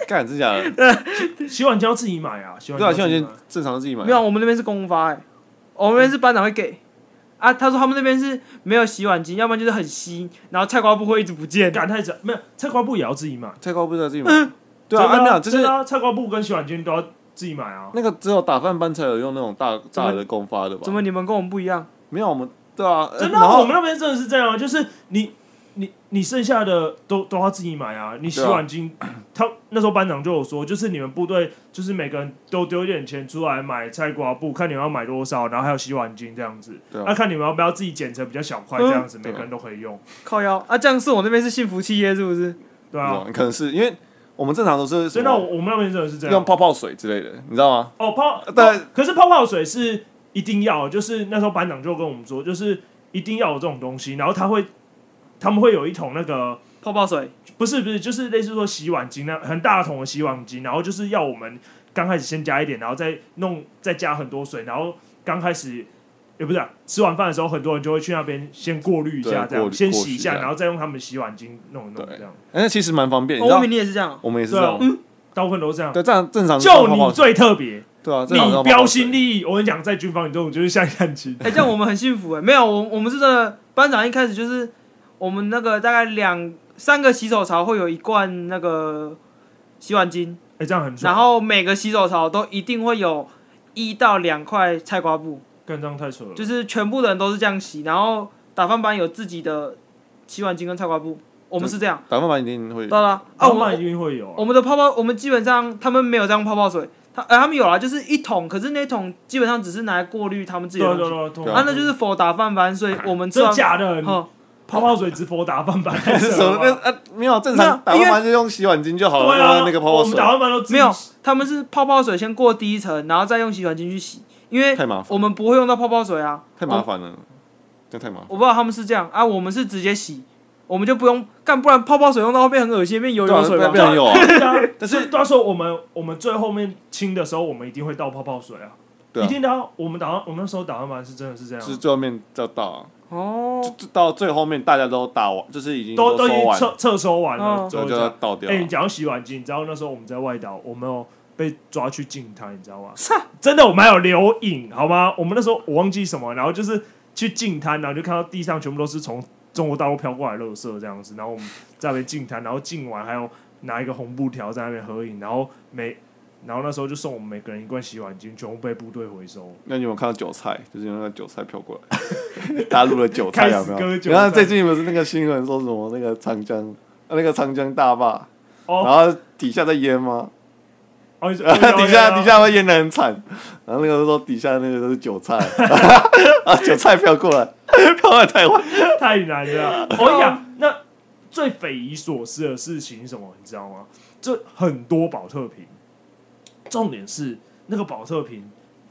Speaker 3: 干真假的。
Speaker 1: 洗碗胶自己买啊，洗碗
Speaker 3: 对啊，
Speaker 1: 胶
Speaker 3: 洗
Speaker 1: 自
Speaker 3: 碗
Speaker 1: 己
Speaker 3: 间
Speaker 1: 买
Speaker 3: 正常自己买。啊
Speaker 2: 没有，我们那边是公发哎、我们那边是班长会给。啊，他说他们那边是没有洗碗机，要不然就是很稀，然后菜瓜布会一直不见。
Speaker 1: 干太早，没有菜瓜布也要自己买，
Speaker 3: 菜瓜布是要自己买。对
Speaker 1: 真
Speaker 3: 啊，啊
Speaker 1: 的
Speaker 3: 没
Speaker 1: 啊
Speaker 3: 有，就是
Speaker 1: 真的啊，菜瓜布跟洗碗巾都要自己买啊，
Speaker 3: 那个只有打饭班才有用那种大大的公发的吧
Speaker 2: 怎？么你们跟我们不一样？
Speaker 3: 没有，我们对啊，呃
Speaker 1: 真的
Speaker 3: 然
Speaker 1: 啊，
Speaker 3: 后
Speaker 1: 我们那边真的是这样啊，就是你你你剩下的都都要自己买啊。你洗碗巾，他那时候班长就有说，就是你们部队就是每个人都丢一点钱出来买菜瓜布，看你们要买多少，然后还有洗碗巾这样子。
Speaker 3: 对啊嗯
Speaker 1: 那、看你们要不要自己剪成比较小块这样子，每个人都可以用，
Speaker 2: 啊靠腰啊，这样是我那边是幸福企业是不是？
Speaker 1: 对
Speaker 3: 不知
Speaker 1: 啊
Speaker 3: 道。可能是因为我们正常都
Speaker 1: 所
Speaker 3: 是什
Speaker 1: 以那
Speaker 3: 么
Speaker 1: 我我们那边真的是啊这
Speaker 3: 用
Speaker 1: 样
Speaker 3: 泡泡水之类的，你知道吗？
Speaker 1: 哦泡，
Speaker 3: 但
Speaker 1: 泡可是泡泡水是一定要，就是那时候班长就跟我们说，就是一定要有这种东西，然后他会他们会有一桶那个
Speaker 2: 泡泡水，
Speaker 1: 不是不是，就是类似说洗碗巾那很大桶的洗碗巾，然后就是要我们刚开始先加一点，然后再弄再加很多水，然后刚开始也不是、啊、吃完饭的时候，很多人就会去那边先过滤一下，这
Speaker 3: 对过
Speaker 1: 样
Speaker 3: 滤
Speaker 1: 先
Speaker 3: 过
Speaker 1: 洗
Speaker 3: 滤
Speaker 1: 一
Speaker 3: 一下
Speaker 1: 下，然后再用他们洗碗巾弄一弄
Speaker 3: 对
Speaker 1: 这样，
Speaker 3: 哎那其实蛮方便，你
Speaker 2: 哦
Speaker 3: 知
Speaker 2: 我
Speaker 3: 道
Speaker 2: 以为，你也是这样哦，
Speaker 3: 我们也是
Speaker 1: 对
Speaker 3: 这
Speaker 1: 啊
Speaker 3: 样，，
Speaker 1: 大部分都是这样。
Speaker 3: 对，这样正常是
Speaker 1: 就
Speaker 3: 泡泡
Speaker 1: 你
Speaker 3: 水，
Speaker 1: 最特别，
Speaker 3: 对啊，正常是
Speaker 1: 你
Speaker 3: 泡泡
Speaker 1: 标
Speaker 3: 水
Speaker 1: 新立异。我跟你讲，在军方你这种就是像战旗，
Speaker 2: 哎、这样我们很幸福哎、 没有，我我们是真的班长一开始就是我们那个大概两三个洗手槽会有一罐那个洗碗巾，
Speaker 1: 哎、这样很爽。
Speaker 2: 然后每个洗手槽都一定会有一到两块菜瓜布，
Speaker 1: 干这样太扯了，哦
Speaker 2: 就是全部的人都是这样洗，然后打饭班有自己的洗碗巾跟菜瓜布，我们是这样，
Speaker 3: 打饭板一定会
Speaker 2: 知道啦。啊，
Speaker 1: 傲
Speaker 2: 我
Speaker 1: 慢一
Speaker 2: 们
Speaker 1: 定会有、
Speaker 2: 我
Speaker 1: 啊。
Speaker 2: 们的泡泡，我们基本上他们没有这样泡泡水，他呃他们有啦，就是一桶，可是那桶基本上只是拿来过滤他们自
Speaker 1: 对
Speaker 2: 己的
Speaker 1: 对
Speaker 2: 东西。
Speaker 1: 对，对
Speaker 2: 啊，那就是否打饭班，所以我们吃
Speaker 1: 真
Speaker 2: 完
Speaker 1: 的假的？你
Speaker 2: 哦，
Speaker 1: 泡泡水直佛打饭吧？太
Speaker 3: 是
Speaker 1: 扯
Speaker 3: 什么
Speaker 1: 了？吧
Speaker 3: 那啊，没有正常打
Speaker 2: 因为
Speaker 3: 完就用洗碗巾就好了，
Speaker 1: 对
Speaker 3: 用
Speaker 1: 啊，
Speaker 3: 那个泡泡
Speaker 1: 我们
Speaker 3: 水
Speaker 1: 打完饭都自己
Speaker 2: 没有，他们是泡泡水先过第一层，然后再用洗碗巾去洗，因为
Speaker 3: 太麻烦，
Speaker 2: 我们不会用到泡泡水啊。
Speaker 3: 太麻烦了，这太麻烦。
Speaker 2: 我不知道他们是这样啊，我们是直接洗，我们就不用干，不然泡泡水用到后面很恶心，变游
Speaker 3: 对啊
Speaker 2: 泳水吧
Speaker 3: 不。然有啊，
Speaker 1: 对 啊。
Speaker 3: 但
Speaker 1: 所以
Speaker 3: 是
Speaker 1: 到时候我们我们最后面清的时候，我们一定会倒泡泡水啊，
Speaker 3: 对
Speaker 1: 一
Speaker 3: 啊，
Speaker 1: 定的啊。我们打完我们那时候打完饭是真的是这样啊
Speaker 3: 是，最后面要到啊，
Speaker 2: 哦，
Speaker 3: 就到最后面大家都打完，就是已经
Speaker 1: 都
Speaker 3: 收
Speaker 1: 已经
Speaker 3: 完，
Speaker 1: 撤撤收完了，
Speaker 2: 嗯
Speaker 1: 之
Speaker 3: 所
Speaker 1: 后
Speaker 3: 以
Speaker 1: 这
Speaker 3: 就要
Speaker 1: 样。
Speaker 3: 倒掉啊
Speaker 1: 哎，。你讲到洗碗机，你知道那时候我们在外岛，我们有被抓去静态，你知道吗？真的，我们还有留影，好吗？我们那时候我忘记什么，然后就是去净滩，然后就看到地上全部都是从中国大陆飘过来的垃圾这样子，然后我们在那边净滩，然后净完还有拿一个红布条在那边合影，然后每然后那时候就送我们每个人一罐洗碗巾，全部被部队回收。
Speaker 3: 那你有没有看到韭菜？就是那个韭菜飘过来，大陆的韭菜
Speaker 1: 开始
Speaker 3: 有没
Speaker 1: 割
Speaker 3: 有？
Speaker 1: 韭菜
Speaker 3: 然后最近不是那个新闻说什么那个长江，呃那个长江大坝，
Speaker 1: 哦
Speaker 3: 然后底下在淹吗？
Speaker 1: 哦， 你说
Speaker 3: 然后底下底，
Speaker 1: 哦
Speaker 3: 下会淹的很惨，然后那个说底下那个都是韭菜， 啊韭菜飘过来，飘到台湾，
Speaker 1: 有有 太难 了。我跟你讲，那最匪夷所思的事情是什么？你知道吗？这很多保特瓶，重点是那个保特瓶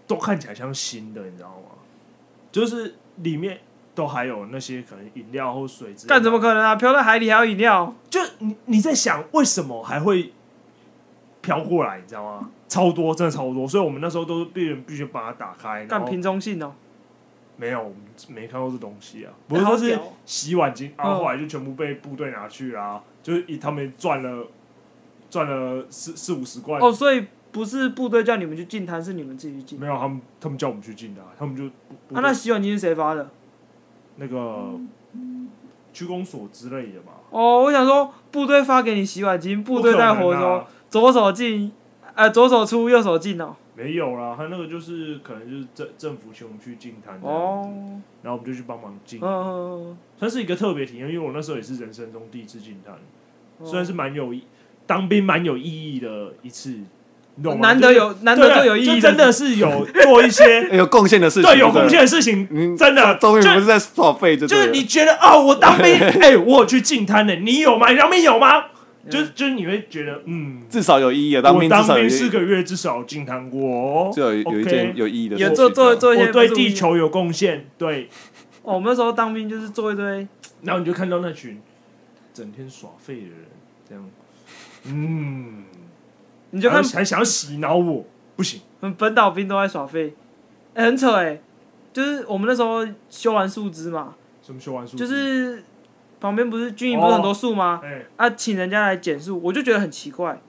Speaker 1: 都看起来像新的，你知道吗？就是里面都还有那些可能饮料或水之类的
Speaker 2: 干怎么可能啊？漂在海里还有饮料，
Speaker 1: 就你你在想为什么还会飘过来，你知道吗？超多，真的超多，所以我们那时候都是必人必须把它打开。然
Speaker 2: 干
Speaker 1: 后
Speaker 2: 瓶中性哦。
Speaker 1: 没有，我们没看到这东西啊，不是说
Speaker 2: 哎
Speaker 1: 是
Speaker 2: 好屌哦
Speaker 1: 洗碗巾，啊，
Speaker 2: 嗯
Speaker 1: 后来就全部被部队拿去啦、啊就是以他们赚了赚了四四五十罐，
Speaker 2: 哦，所以不是部队叫你们去进滩，是你们自己去进。
Speaker 1: 没有他们他们叫我们去进的啊、他们就部
Speaker 2: 啊，那洗碗巾是谁发的？
Speaker 1: 那个区公所之类的吧，
Speaker 2: 哦，我想说部队发给你洗碗巾，部队
Speaker 1: 不可
Speaker 2: 在
Speaker 1: 能
Speaker 2: 活收，
Speaker 1: 啊，
Speaker 2: 左手进，呃，左手出，右手进哦。
Speaker 1: 没有啦，他那个就是可能就是政政府请我们去进摊的，
Speaker 2: 哦，
Speaker 1: 然后我们就去帮忙进
Speaker 2: 嗯，嗯，
Speaker 1: 算是一个特别体验，因为我那时候也是人生中第一次进摊，
Speaker 2: 嗯
Speaker 1: 虽然是蛮有意当兵蛮有意义的一次，你懂吗？
Speaker 2: 难得
Speaker 1: 就是
Speaker 2: 有难得
Speaker 1: 对啊
Speaker 2: 就有意义，
Speaker 1: 就真的是有做一些
Speaker 3: 有贡献的 事情，
Speaker 1: 哎对有贡
Speaker 3: 对
Speaker 1: 献的事情，
Speaker 3: 不对。你
Speaker 1: 真的
Speaker 3: 终于
Speaker 1: 就
Speaker 3: 不是在耍废，就
Speaker 1: 就
Speaker 3: 对了
Speaker 1: 是你觉得啊，我当 兵，哎，我有去进滩呢，你有吗？你当兵有吗？
Speaker 2: 嗯
Speaker 1: 就是就是你会觉得，嗯，
Speaker 3: 至少有意义啊，当
Speaker 1: 我
Speaker 3: 兵至
Speaker 1: 当
Speaker 3: 少有
Speaker 1: 兵
Speaker 3: 意
Speaker 1: 四
Speaker 3: 义，
Speaker 1: 个月至少有进滩过哦，
Speaker 3: 就有有一
Speaker 1: OK
Speaker 3: 件有意义的事
Speaker 2: 也
Speaker 3: 情啊，
Speaker 2: 做做做一些
Speaker 1: 我对
Speaker 2: 不是
Speaker 1: 地球有贡献，对，
Speaker 2: 哦，我们那时候当兵就是做一堆，
Speaker 1: 然后你就看到那群整天耍废的人，这样，嗯，
Speaker 2: 你
Speaker 1: 你
Speaker 2: 就看
Speaker 1: 还想要洗脑我，不行，
Speaker 2: 嗯本岛兵都在耍废、欸，很扯哎、就是我们那时候修完树枝嘛，
Speaker 1: 什么修完
Speaker 3: 嗯
Speaker 1: 书
Speaker 2: 就是旁边不是军营不是很多树吗？
Speaker 3: 哦
Speaker 1: 哎，
Speaker 2: 啊，请人家来剪树，我就觉得很奇怪。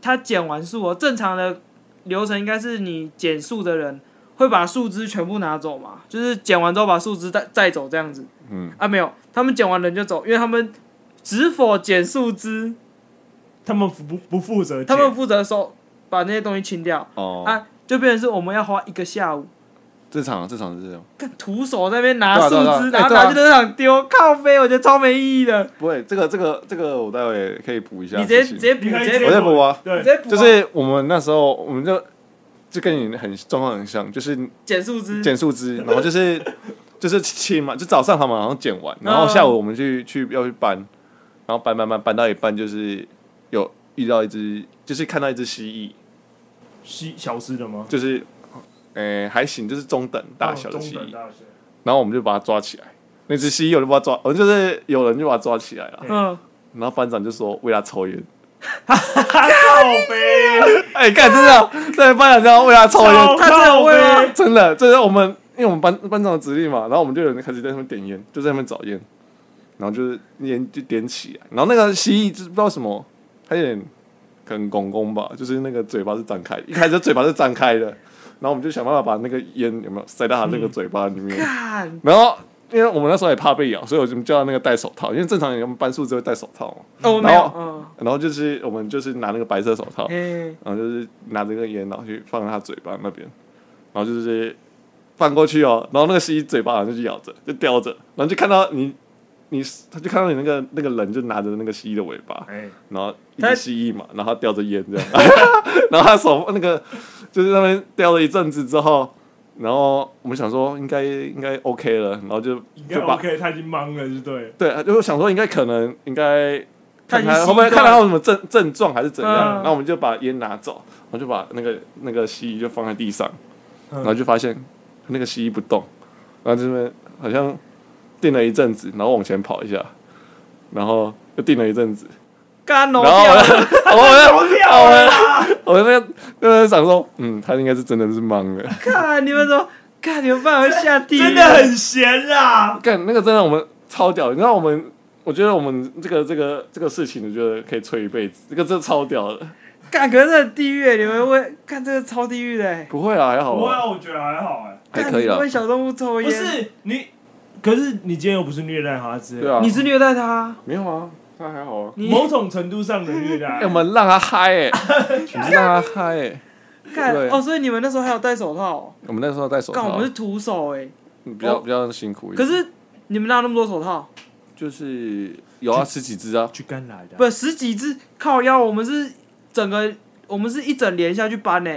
Speaker 2: 他剪完树哦，正常的流程应该是你剪树的人会把树枝全部拿走嘛，就是剪完之后把树枝带带走这样子。
Speaker 3: 嗯，
Speaker 2: 啊，没有，他们剪完人就走，因为他们只否剪树枝，
Speaker 1: 他们不不不负责剪，
Speaker 2: 他们负责收把那些东西清掉
Speaker 3: 哦，
Speaker 2: 啊，就变成是我们要花一个下午。
Speaker 3: 正常啊正常是这样，
Speaker 2: 干徒手在那边拿树
Speaker 3: 对啊
Speaker 2: 枝，
Speaker 3: 对
Speaker 2: 然
Speaker 3: 啊
Speaker 2: 后
Speaker 3: 对啊
Speaker 2: 拿去热场丢，靠飞，我觉得超没意义的。
Speaker 3: 不会，这个这个这个我待会可以补一下
Speaker 2: 你
Speaker 3: 事
Speaker 2: 直
Speaker 3: 情，
Speaker 2: 接直接补，
Speaker 1: 你可以
Speaker 2: 直接
Speaker 3: 我
Speaker 2: 补
Speaker 3: 再补啊，
Speaker 1: 对
Speaker 2: 直，接补啊，
Speaker 3: 就是我们那时候，我们就就跟你很状况很像，就是
Speaker 2: 剪树枝，
Speaker 3: 剪 树枝，然后就是就是清嘛，就早上他们好像剪完，然后
Speaker 2: 嗯
Speaker 3: 下午我们去去要去搬，然后搬搬搬搬到一半就是有遇到一只，就是看到一只蜥蜴，
Speaker 1: 西小只的吗？
Speaker 3: 就是，诶、还行，就是中等大小的
Speaker 1: 哦
Speaker 3: 蜥
Speaker 1: 中
Speaker 3: 蜴
Speaker 1: 等。大 小，
Speaker 3: 然后我们就把它抓起来，那只蜥蜴我就把它抓，我就是有人就把它抓起来了。
Speaker 2: 嗯，
Speaker 3: 然后班长就说喂它抽烟，
Speaker 1: 他靠背，
Speaker 3: 哎、干真的，对，班长这样喂它抽
Speaker 1: 超
Speaker 3: 烟，
Speaker 2: 他真的
Speaker 1: 靠
Speaker 2: 会吗
Speaker 1: 背，
Speaker 3: 真的，这是我们因为我们班班长的指令嘛，然后我们就有人开始在那边点烟，就在那边找烟，然后就是烟就点起来，然后那个蜥蜴就是不知道什么，它有点可能公公吧，就是那个嘴巴是张开的，一开始嘴巴是张开的，然后我们就想办法把那个烟有没有塞到它那个嘴巴里面，
Speaker 2: 看，
Speaker 3: 然后。啊因为我们那时候也怕被咬，所以我就叫他那个戴手套。因为正常人我们班数只会戴手套嘛，
Speaker 2: 哦，我没有
Speaker 3: 然，后哦
Speaker 2: 嗯，
Speaker 3: 然后就是我们就是拿那个白色手套，
Speaker 2: 哎，
Speaker 3: 然后就是拿着个烟，然后去放在他嘴巴那边，然后就是放过去哦，然后那个蜥蜴嘴巴好像就咬着，就叼着，然后就看到你，你他就看到你那个那个人就拿着那个蜥蜴的尾巴，
Speaker 1: 哎，
Speaker 3: 然后一
Speaker 2: 他
Speaker 3: 只蜥蜴嘛，然后他叼着烟这样，然后他手那个就是那边叼了一阵子之后，然后我们想说应该应该 OK 了，然后就
Speaker 1: 应该
Speaker 3: 就把
Speaker 1: OK，他已经懵了，就对了。
Speaker 3: 对，就想说应该可能应该
Speaker 2: 他已
Speaker 3: 看
Speaker 2: 经
Speaker 3: 他
Speaker 2: 习
Speaker 3: 后面
Speaker 2: 惯
Speaker 3: 看他有什么症症状还是怎样，
Speaker 2: 嗯
Speaker 3: 然后我们就把烟拿走，我就把那个那个蜥蜴就放在地上，
Speaker 1: 嗯
Speaker 3: 然后就发现那个蜥蜴不动，然后这边好像定了一阵子，然后往前跑一下，然后又定了一 阵子，
Speaker 2: 干哦，
Speaker 3: 然后我
Speaker 2: 掉了
Speaker 3: 就我
Speaker 1: 我掉了啦，
Speaker 3: 就我就那个那个想说，嗯，他应该是真的是懵了。
Speaker 2: 看你们说，看你们班会下地狱，
Speaker 1: 真的很闲啊啦。
Speaker 3: 干那个真的我们超屌，你知道我们，我觉得我们这个这个这个事情，我觉得可以吹一辈子，这个真的超屌的。
Speaker 2: 干，可是这很地狱欸，你们会看这个超地狱的欸，
Speaker 3: 不会啊，还好
Speaker 1: 不会
Speaker 3: 吧
Speaker 1: 啊，，我觉得还好哎。
Speaker 3: 还可以啊
Speaker 2: 为。小动物抽烟，
Speaker 1: 不，是你，可是你今天又不是虐待他之类
Speaker 3: 对
Speaker 1: 的，
Speaker 3: 啊，
Speaker 2: 你是虐待他，
Speaker 3: 没有啊，他还好啊。
Speaker 2: 你
Speaker 1: 某种程度上的虐
Speaker 3: 哎、
Speaker 1: 待
Speaker 3: 我。们让他嗨哎、我们让他嗨哎、
Speaker 2: 看
Speaker 3: 对
Speaker 2: 哦，所以你们那时候还有戴手套哦，
Speaker 3: 我们那时候戴手
Speaker 2: 干，我
Speaker 3: 套啊
Speaker 2: 们是，徒手哎，
Speaker 3: 比较比较辛苦一
Speaker 2: 可
Speaker 3: 点。
Speaker 2: 是你们拿那么多手套，
Speaker 3: 就是有啊，十几只啊，
Speaker 1: 去干来的，
Speaker 2: 不十几只靠腰，我们是整个。我们是一整连下去搬呢、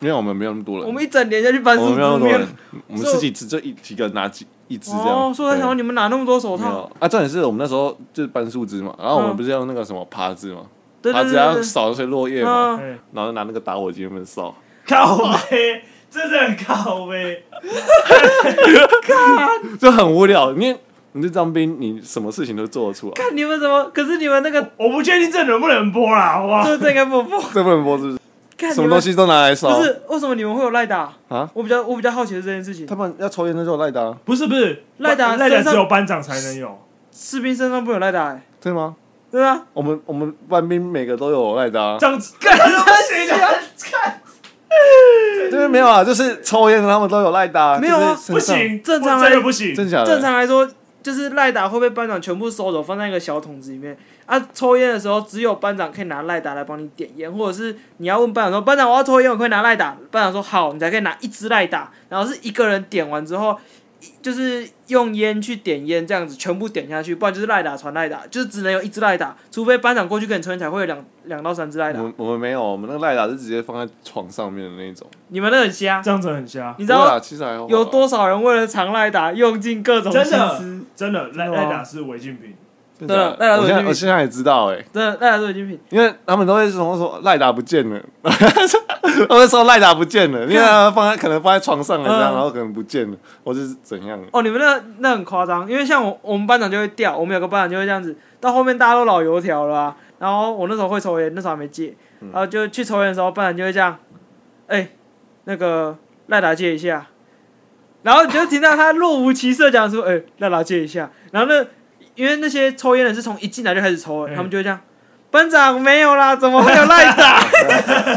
Speaker 3: 没有我们没有那么多人，
Speaker 2: 我们一整连下去搬
Speaker 3: 我
Speaker 2: 树
Speaker 3: 们没有那
Speaker 2: 枝
Speaker 3: 么多
Speaker 2: 面
Speaker 3: 人，我们
Speaker 2: 所以
Speaker 3: 十几只就一几个拿几一只这样。
Speaker 2: 哦，所以我在想说
Speaker 3: 对
Speaker 2: 你们拿那么多手
Speaker 3: 没有
Speaker 2: 套，
Speaker 3: 啊，重点是我们那时候就是搬树枝嘛，然后我
Speaker 2: 嗯
Speaker 3: 们不是用那个什么耙子嘛，
Speaker 2: 对对
Speaker 3: 耙
Speaker 2: 对
Speaker 3: 子要
Speaker 2: 对
Speaker 3: 扫那些落叶
Speaker 2: 对，
Speaker 3: 嘛，
Speaker 2: 嗯，
Speaker 1: 哎
Speaker 3: 然后拿那个打火机在那边烧。
Speaker 1: 靠呗，真的很靠呗。
Speaker 3: 就很无聊。你你这当兵，你什么事情都做得出来。
Speaker 2: 看你们怎么，可是你们那个
Speaker 1: 我不确定这能不能播啦，好不好？
Speaker 2: 这这应该不 不，
Speaker 3: 这不能播是不是？
Speaker 2: 看
Speaker 3: 什
Speaker 2: 你
Speaker 3: 么
Speaker 2: 们
Speaker 3: 东西都拿来烧。
Speaker 2: 不是为什么你们会有赖打
Speaker 3: 啊？
Speaker 2: 我比较我比较好奇的是这件事情
Speaker 3: 他，们要抽烟的时候赖的、啊，
Speaker 1: 不是不是，
Speaker 2: 赖达
Speaker 1: 赖达
Speaker 2: 身上
Speaker 1: 只有班长才能有，
Speaker 2: 士兵身上不有赖打欸，
Speaker 3: 对吗？
Speaker 2: 对啊，
Speaker 3: 我们我们班兵每个都有赖的、啊，
Speaker 1: 这样 子干谁的？
Speaker 3: 就是没有啊，就是抽烟的他们都有赖的、
Speaker 2: 没有啊
Speaker 3: 就是
Speaker 1: 不
Speaker 3: 身上，
Speaker 1: 行，
Speaker 2: 正常
Speaker 1: 我真的不行。
Speaker 3: 真假的？
Speaker 2: 正常来说就是赖打会被班长全部收走，放在一个小桶子里面。啊，抽烟的时候只有班长可以拿赖打来帮你点烟，或者是你要问班长说：“班长，我要抽烟，我可以拿赖打。”班长说：“好。”你才可以拿一支赖打，然后是一个人点完之后，一就是用烟去点烟，这样子全部点下去，不然就是赖打传赖打，就是只能有一支赖打，除非班长过去跟你抽烟，才会有两两到三支赖打啊
Speaker 3: 我。们我们没有，我们那个赖啊打是直接放在床上面的那种。
Speaker 2: 你们那很瞎，
Speaker 1: 这样子很瞎，
Speaker 2: 你知道
Speaker 3: 不会啊其实还好啊
Speaker 2: 有多少人为了藏赖打，用尽各种心
Speaker 1: 真的
Speaker 2: 思？
Speaker 1: 真的赖
Speaker 2: 真的吗
Speaker 1: 赖达是违禁品，
Speaker 3: 真的
Speaker 2: 对赖打
Speaker 3: 我
Speaker 2: 有
Speaker 3: 现在
Speaker 2: 进
Speaker 3: 我现在也知道哎、
Speaker 2: 真的赖打是违禁品。
Speaker 3: 因为他们都会说说赖啊打不见了， 他们说赖打啊不见了，因为他放在可能放在床上了这样，
Speaker 2: 嗯
Speaker 3: 然后可能不见了，或者是怎样。
Speaker 2: 哦，你们那那很夸张，因为像我我们班长就会掉，我们有个班长就会这样子，到后面大家都老油条了、啊，然后我那时候会抽烟，那时候还没戒，然后就去抽烟的时候，班长就会这样，哎、那个赖达借一下，然后你就听到他若无其事地讲说，哎、赖达借一下，然后那因为那些抽烟的是从一进来就开始抽了，
Speaker 1: 嗯
Speaker 2: 他们就会这样。班长没有啦，怎么会有赖打？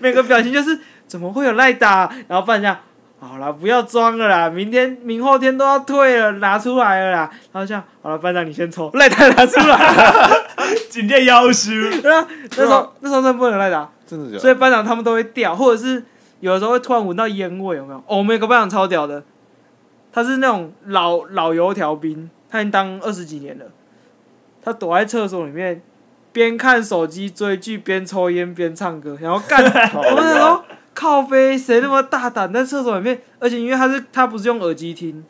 Speaker 2: 每个表情就是怎么会有赖打？然后班长好了，不要装了啦，明天、明后天都要退了，拿出来了啦。然后这样，好了，班长你先抽，赖打拿出来。
Speaker 1: 警戒要求。
Speaker 2: 然后那时候那时候真的不能赖打，
Speaker 3: 真的假的？
Speaker 2: 所以班长他们都会掉，或者是有的时候会突然闻到烟味，有没有？哦，我们有个班长超屌的，他是那种老老油条兵，他已经当二十几年了，他躲在厕所里面。边看手机追剧，边抽烟，边唱歌，然后干。
Speaker 3: 靠
Speaker 2: 我想
Speaker 3: 腰
Speaker 1: 啊
Speaker 2: 说，靠背谁那么大胆在厕所里面？而且因为他是他不是用耳机听，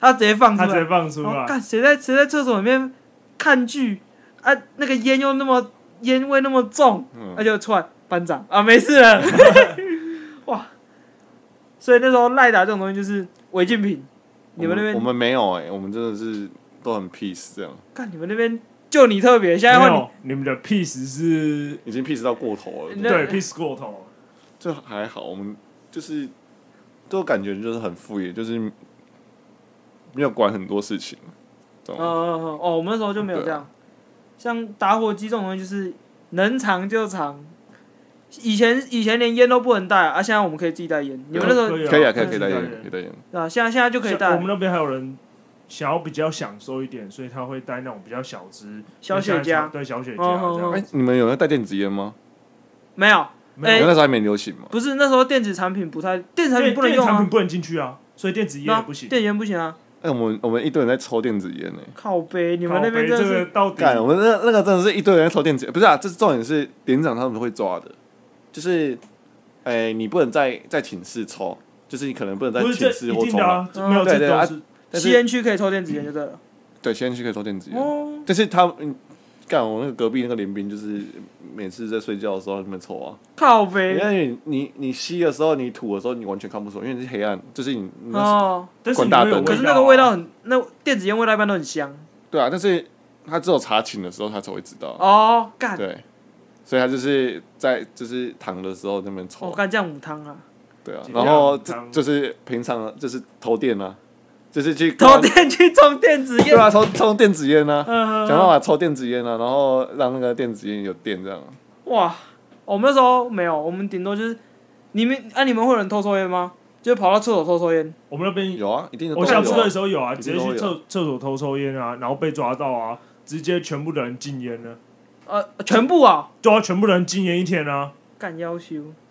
Speaker 2: 他直接放出
Speaker 1: 他
Speaker 2: 来哦
Speaker 1: 直。接放出
Speaker 2: 然后
Speaker 1: 来，
Speaker 2: 干谁在谁在厕所里面看剧啊？那个烟又那么烟味那么重，
Speaker 3: 嗯
Speaker 2: 他就出来班长啊，没事 了，哇！所以那时候赖打这种东西就是违禁品，你们那
Speaker 3: 我
Speaker 2: 边
Speaker 3: 们没有哎、我们真的是都很 peace 这样，
Speaker 2: 看你们那边就你特别，现在
Speaker 1: 没
Speaker 2: 换你
Speaker 1: 有，你们的 peace 是
Speaker 3: 已经 peace 到过头了。
Speaker 2: 那
Speaker 1: 对 peace 过头，
Speaker 3: 这还好，我们就是都感觉就是很敷衍，就是没有管很多事情，懂
Speaker 2: 嗯
Speaker 3: 吗？
Speaker 2: 嗯嗯哦，我们那时候就没有这样，像打火机这种东西就是能藏就藏。以前以前连烟都不能带啊，啊现在我们可以自己带烟。你们那时候
Speaker 1: 对
Speaker 3: 可以啊，
Speaker 1: 啊
Speaker 3: 可以可以代
Speaker 1: 可以
Speaker 3: 言
Speaker 1: 代，言
Speaker 3: 可以代言。
Speaker 2: 对啊，现在现在就可以
Speaker 1: 像
Speaker 2: 带
Speaker 1: 我们那边还有人想要比较享受一点，所以他会带那种比较小只
Speaker 2: 小雪茄，
Speaker 1: 对小雪茄
Speaker 2: 哦哦
Speaker 1: 这样
Speaker 2: 哦
Speaker 3: 哎。，你们有在带电子烟吗？
Speaker 2: 没有，
Speaker 1: 没
Speaker 3: 你
Speaker 1: 有
Speaker 3: 们那时候还没流行嘛。
Speaker 2: 不是那时候电子产品不太，电子
Speaker 1: 对
Speaker 2: 产哎品不能
Speaker 1: 电
Speaker 2: 用
Speaker 1: 子产
Speaker 2: 啊
Speaker 1: 品，不能进去啊，所以电子
Speaker 2: 对
Speaker 1: 烟
Speaker 2: 啊
Speaker 1: 也不行。
Speaker 2: 电子烟不行啊，
Speaker 3: 哎，我们我们一堆人在抽电子烟呢。
Speaker 2: 靠背，你们
Speaker 1: 靠
Speaker 2: 那边
Speaker 1: 北
Speaker 2: 真的
Speaker 1: 这个
Speaker 2: 是
Speaker 1: 到底
Speaker 3: 干，我们那那个真的是一堆人在抽电子烟，不是啊，这是重点是连长他们会抓的，就是，哎，你不能在在寝室抽，就是你可能不能在
Speaker 1: 不是这
Speaker 3: 寝室
Speaker 1: 一
Speaker 3: 或
Speaker 1: 定
Speaker 3: 抽
Speaker 1: 的
Speaker 3: 嘛，
Speaker 1: 啊，没有
Speaker 3: 对对
Speaker 1: 这
Speaker 3: 啊
Speaker 1: 都是
Speaker 3: 但
Speaker 2: 吸
Speaker 3: 是
Speaker 2: 烟区可以抽电子烟就对了。
Speaker 3: 对，啊吸烟区可以抽电子烟。
Speaker 2: 哦，
Speaker 3: 但是他们干我那个隔壁那个林兵，就是每次在睡觉的时候他们抽啊，
Speaker 2: 靠
Speaker 3: 因
Speaker 2: 背
Speaker 3: 为你你你吸的时候，你吐的时候，你完全看不出来，因为你是黑暗，就是你
Speaker 1: 啊
Speaker 3: 你那时、
Speaker 2: 哦，
Speaker 1: 但是
Speaker 3: 滚
Speaker 1: 你
Speaker 3: 大
Speaker 1: 会有
Speaker 3: 灯
Speaker 2: 可是那个味道很，那电子烟味道一般都很香。
Speaker 3: 对啊，但是他只有查寝的时候他才会知道，
Speaker 2: 哦，干，
Speaker 3: 对，所以他就是在就是躺的时候那边抽，
Speaker 2: 我哦干酱母汤啊，
Speaker 3: 对啊，
Speaker 1: 尽量
Speaker 3: 然后
Speaker 1: 不要
Speaker 3: 这就是平常就是投电啊，就是去
Speaker 2: 偷电去抽电子
Speaker 3: 对
Speaker 2: 烟。
Speaker 3: 啊，抽抽电子烟啊，
Speaker 2: 嗯，
Speaker 3: 想办法抽电子烟啊，然后让那个电子烟有电这样，
Speaker 2: 哇，我们那时候没有，我们顶多就是你们啊，你们会有人偷抽烟吗？就是跑到厕所偷抽烟。
Speaker 1: 我们那边
Speaker 3: 有啊，一定的都
Speaker 1: 我
Speaker 3: 有
Speaker 1: 想
Speaker 3: 啊
Speaker 1: 吃的时候有啊，
Speaker 3: 一
Speaker 1: 直接
Speaker 3: 定都
Speaker 1: 去
Speaker 3: 有
Speaker 1: 厕厕所偷抽烟啊，然后被抓到啊，直接全部的人禁烟呢，
Speaker 2: 呃，全部啊，
Speaker 1: 就要全部人禁烟一天啊。
Speaker 2: 干要求